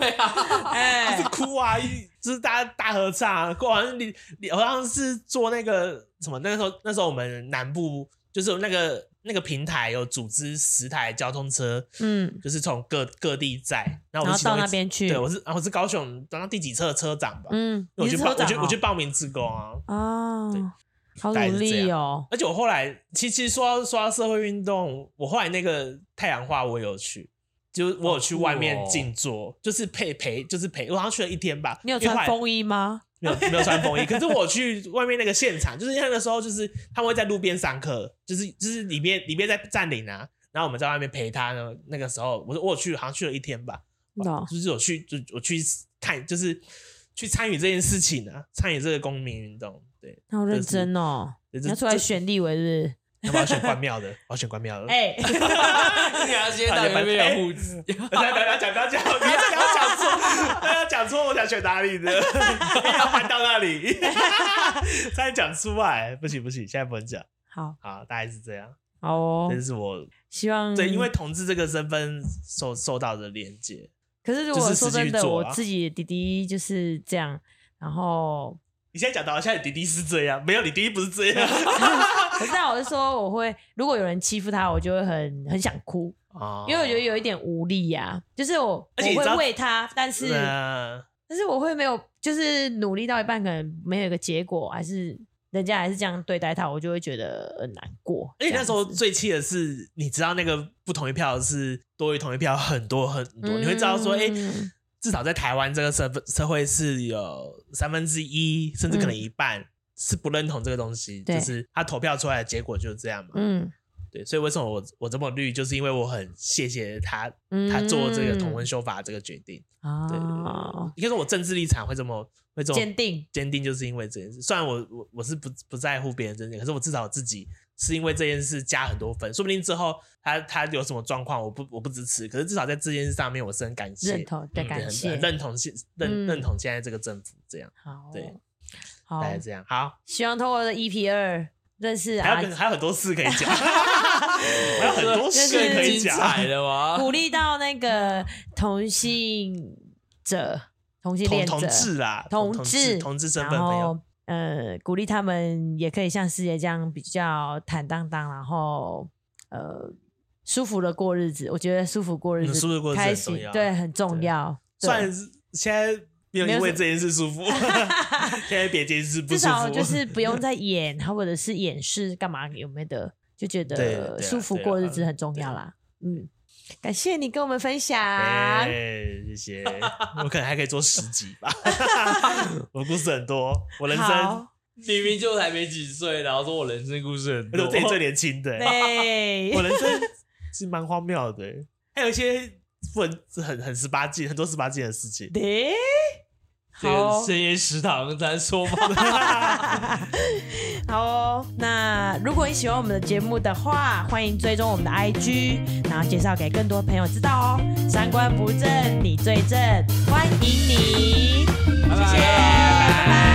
Speaker 1: 对 (laughs) 啊，
Speaker 2: 哎
Speaker 3: (laughs) 是哭啊，一就是大家大合唱啊，过完你你好像是做那个什么，那个时候那时候我们南部就是有那个那个平台有组织十台交通车，
Speaker 2: 嗯，
Speaker 3: 就是从各各地载，然
Speaker 2: 然
Speaker 3: 后我
Speaker 2: 后
Speaker 3: 是
Speaker 2: 到
Speaker 3: 其中一
Speaker 2: 那边去，
Speaker 3: 对，我是啊，我是高雄当到第几车的车长吧。
Speaker 2: 嗯，
Speaker 3: 我
Speaker 2: 你
Speaker 3: 去
Speaker 2: 是
Speaker 3: 报，
Speaker 2: 车
Speaker 3: 我
Speaker 2: 长
Speaker 3: 去我去
Speaker 2: 哦
Speaker 3: 报名自工啊。对
Speaker 2: 哦，好
Speaker 3: 大概是
Speaker 2: 努
Speaker 3: 这
Speaker 2: 力
Speaker 3: 样
Speaker 2: 哦，
Speaker 3: 而且我后来，其其实说到说到社会运动，我后来那个太阳花我有去，就是我有去外
Speaker 2: 哦
Speaker 3: 面静坐，就是陪陪，就是陪，我好像去了一天吧。
Speaker 2: 你有
Speaker 3: 因为后
Speaker 2: 穿
Speaker 3: 来
Speaker 2: 风衣吗？
Speaker 3: 没有没有穿风衣，可是我去外面那个现场，就是那个时候，就是他们会在路边上课，就是就是里面里面在占领啊，然后我们在外面陪他呢。那个时候，我说我有去，好像去了一天吧，
Speaker 2: no，
Speaker 3: 哦就是有去就我去看，就是去参与这件事情啊，参与这个公民运动。对，
Speaker 2: 好认
Speaker 3: 就是
Speaker 2: 真哦，
Speaker 3: 对
Speaker 2: 你
Speaker 3: 这
Speaker 2: 要出来
Speaker 3: 这
Speaker 2: 选立委是
Speaker 3: 要不要选关庙的？我要选关庙的。
Speaker 2: 不是？哎， (laughs)
Speaker 1: 你要先到那边有户籍，
Speaker 3: 哎不要不要讲，不要
Speaker 2: (laughs)
Speaker 3: 讲，不要不要讲错，不要讲错，我想选哪里的？ (laughs) 要搬到那里， (laughs) 差点讲出来，不行不行，现在不能讲。
Speaker 2: 好
Speaker 3: 好，大概是这样，
Speaker 2: 好哦
Speaker 3: 这，是我
Speaker 2: 希望
Speaker 3: 对因为同志这个身份受受到的连接。
Speaker 2: 可是如
Speaker 3: 就
Speaker 2: 果
Speaker 3: 是
Speaker 2: 说
Speaker 3: 实际
Speaker 2: 真
Speaker 3: 去
Speaker 2: 的，
Speaker 3: 做
Speaker 2: 我
Speaker 3: 啊
Speaker 2: 自己的弟弟就是这样，然
Speaker 3: (laughs)
Speaker 2: 后 (laughs)
Speaker 3: 你现在讲到，现在你弟弟是这样，没有你弟弟不是这样
Speaker 2: 可是啊我是说，我会如果有人欺负他，我就会很很想哭，
Speaker 3: 啊
Speaker 2: 因为我觉得有一点无力呀、就是我我
Speaker 3: 而且你知
Speaker 2: 会
Speaker 3: 道
Speaker 2: 为他，但是
Speaker 3: 嗯
Speaker 2: 但是我会没有，就是努力到一半，可能没有一个结果，还是人家还是这样对待他，我就会觉得很难过。
Speaker 3: 而且那时候
Speaker 2: 这样子
Speaker 3: 最气的是，你知道那个不同意票是多于同意票很多很多，
Speaker 2: 嗯
Speaker 3: 你会知道说，哎、至少在台湾这个社会社会是有三分之一甚至可能一半、是不认同这个东西，
Speaker 2: 嗯对
Speaker 3: 就是他投票出来的结果就是这样嘛。
Speaker 2: 嗯
Speaker 3: 对，所以为什么我我这么绿，就是因为我很谢谢他
Speaker 2: 嗯，
Speaker 3: 他做这个同婚修法这个决定。
Speaker 2: 啊，
Speaker 3: 对对对对，应该说我政治立场会这么会这么
Speaker 2: 坚定，
Speaker 3: 坚定，就是因为这件事。虽然我我我是不不在乎别人真见，可是我至少自己是因为这件事加很多分，说不定之后他他有什么状况，我不我不支持，可是至少在这件事上面我是很感谢，
Speaker 2: 认同对
Speaker 3: 嗯
Speaker 2: 感
Speaker 3: 很
Speaker 2: 谢
Speaker 3: 很认同现
Speaker 2: 嗯
Speaker 3: 认认同现在这个政府这样，
Speaker 2: 好，哦
Speaker 3: 对，
Speaker 2: 好
Speaker 3: 大，概这样。好，
Speaker 2: 希望通过我的 EP 二认识
Speaker 3: 还
Speaker 2: 啊
Speaker 3: 有，更还有很多事可以
Speaker 2: (laughs)
Speaker 3: 讲，还有很多事 (laughs)
Speaker 2: 这是
Speaker 3: 可以
Speaker 1: 精
Speaker 3: 讲。
Speaker 1: 彩了吗？
Speaker 2: 鼓励到那个同性者、同性
Speaker 3: 同
Speaker 2: 恋者、
Speaker 3: 同志啦，
Speaker 2: 同
Speaker 3: 同
Speaker 2: 志
Speaker 3: 同志身
Speaker 2: 然
Speaker 3: 份朋友
Speaker 2: 后，呃，鼓励他们也可以像师姐这样比较坦荡荡，然后呃，舒服的过日子。我觉得舒服过日子，
Speaker 3: 嗯舒服过日子
Speaker 2: 开
Speaker 3: 很
Speaker 2: 心
Speaker 3: 重要
Speaker 2: 对很重要。对
Speaker 3: 虽然是现在没有因为这件事
Speaker 2: (laughs)
Speaker 3: 舒服，现在别件事不
Speaker 2: 至
Speaker 3: 舒
Speaker 2: 少
Speaker 3: 服， (laughs)
Speaker 2: 就是不用再演，或者是掩饰干嘛有没的，就觉
Speaker 3: 对对啊啊
Speaker 2: 得舒服过日子很重要啦。嗯，感谢你跟我们分享。
Speaker 3: 哎、谢谢。我可能还可以做十集吧，我故事很多，我人生
Speaker 2: 好，
Speaker 3: (laughs)
Speaker 1: 明明就才没几岁，然后说我人生故事很
Speaker 3: 我
Speaker 1: 多，
Speaker 3: 自
Speaker 1: (laughs)
Speaker 3: 己最年轻的、
Speaker 2: 对
Speaker 3: (laughs) 我，人生是蛮荒谬的、还有一些不能很很十八禁，很多十八禁的事情。
Speaker 2: 对，
Speaker 1: 这
Speaker 2: 好
Speaker 1: 个
Speaker 2: 哦。
Speaker 1: 深夜食堂咱说吧。
Speaker 2: 好哦，那如果你喜欢我们的节目的话，欢迎追踪我们的 IG，然后介绍给更多朋友知道哦。三观不正，你最正，欢迎你，
Speaker 1: 拜拜
Speaker 2: 谢谢，拜拜。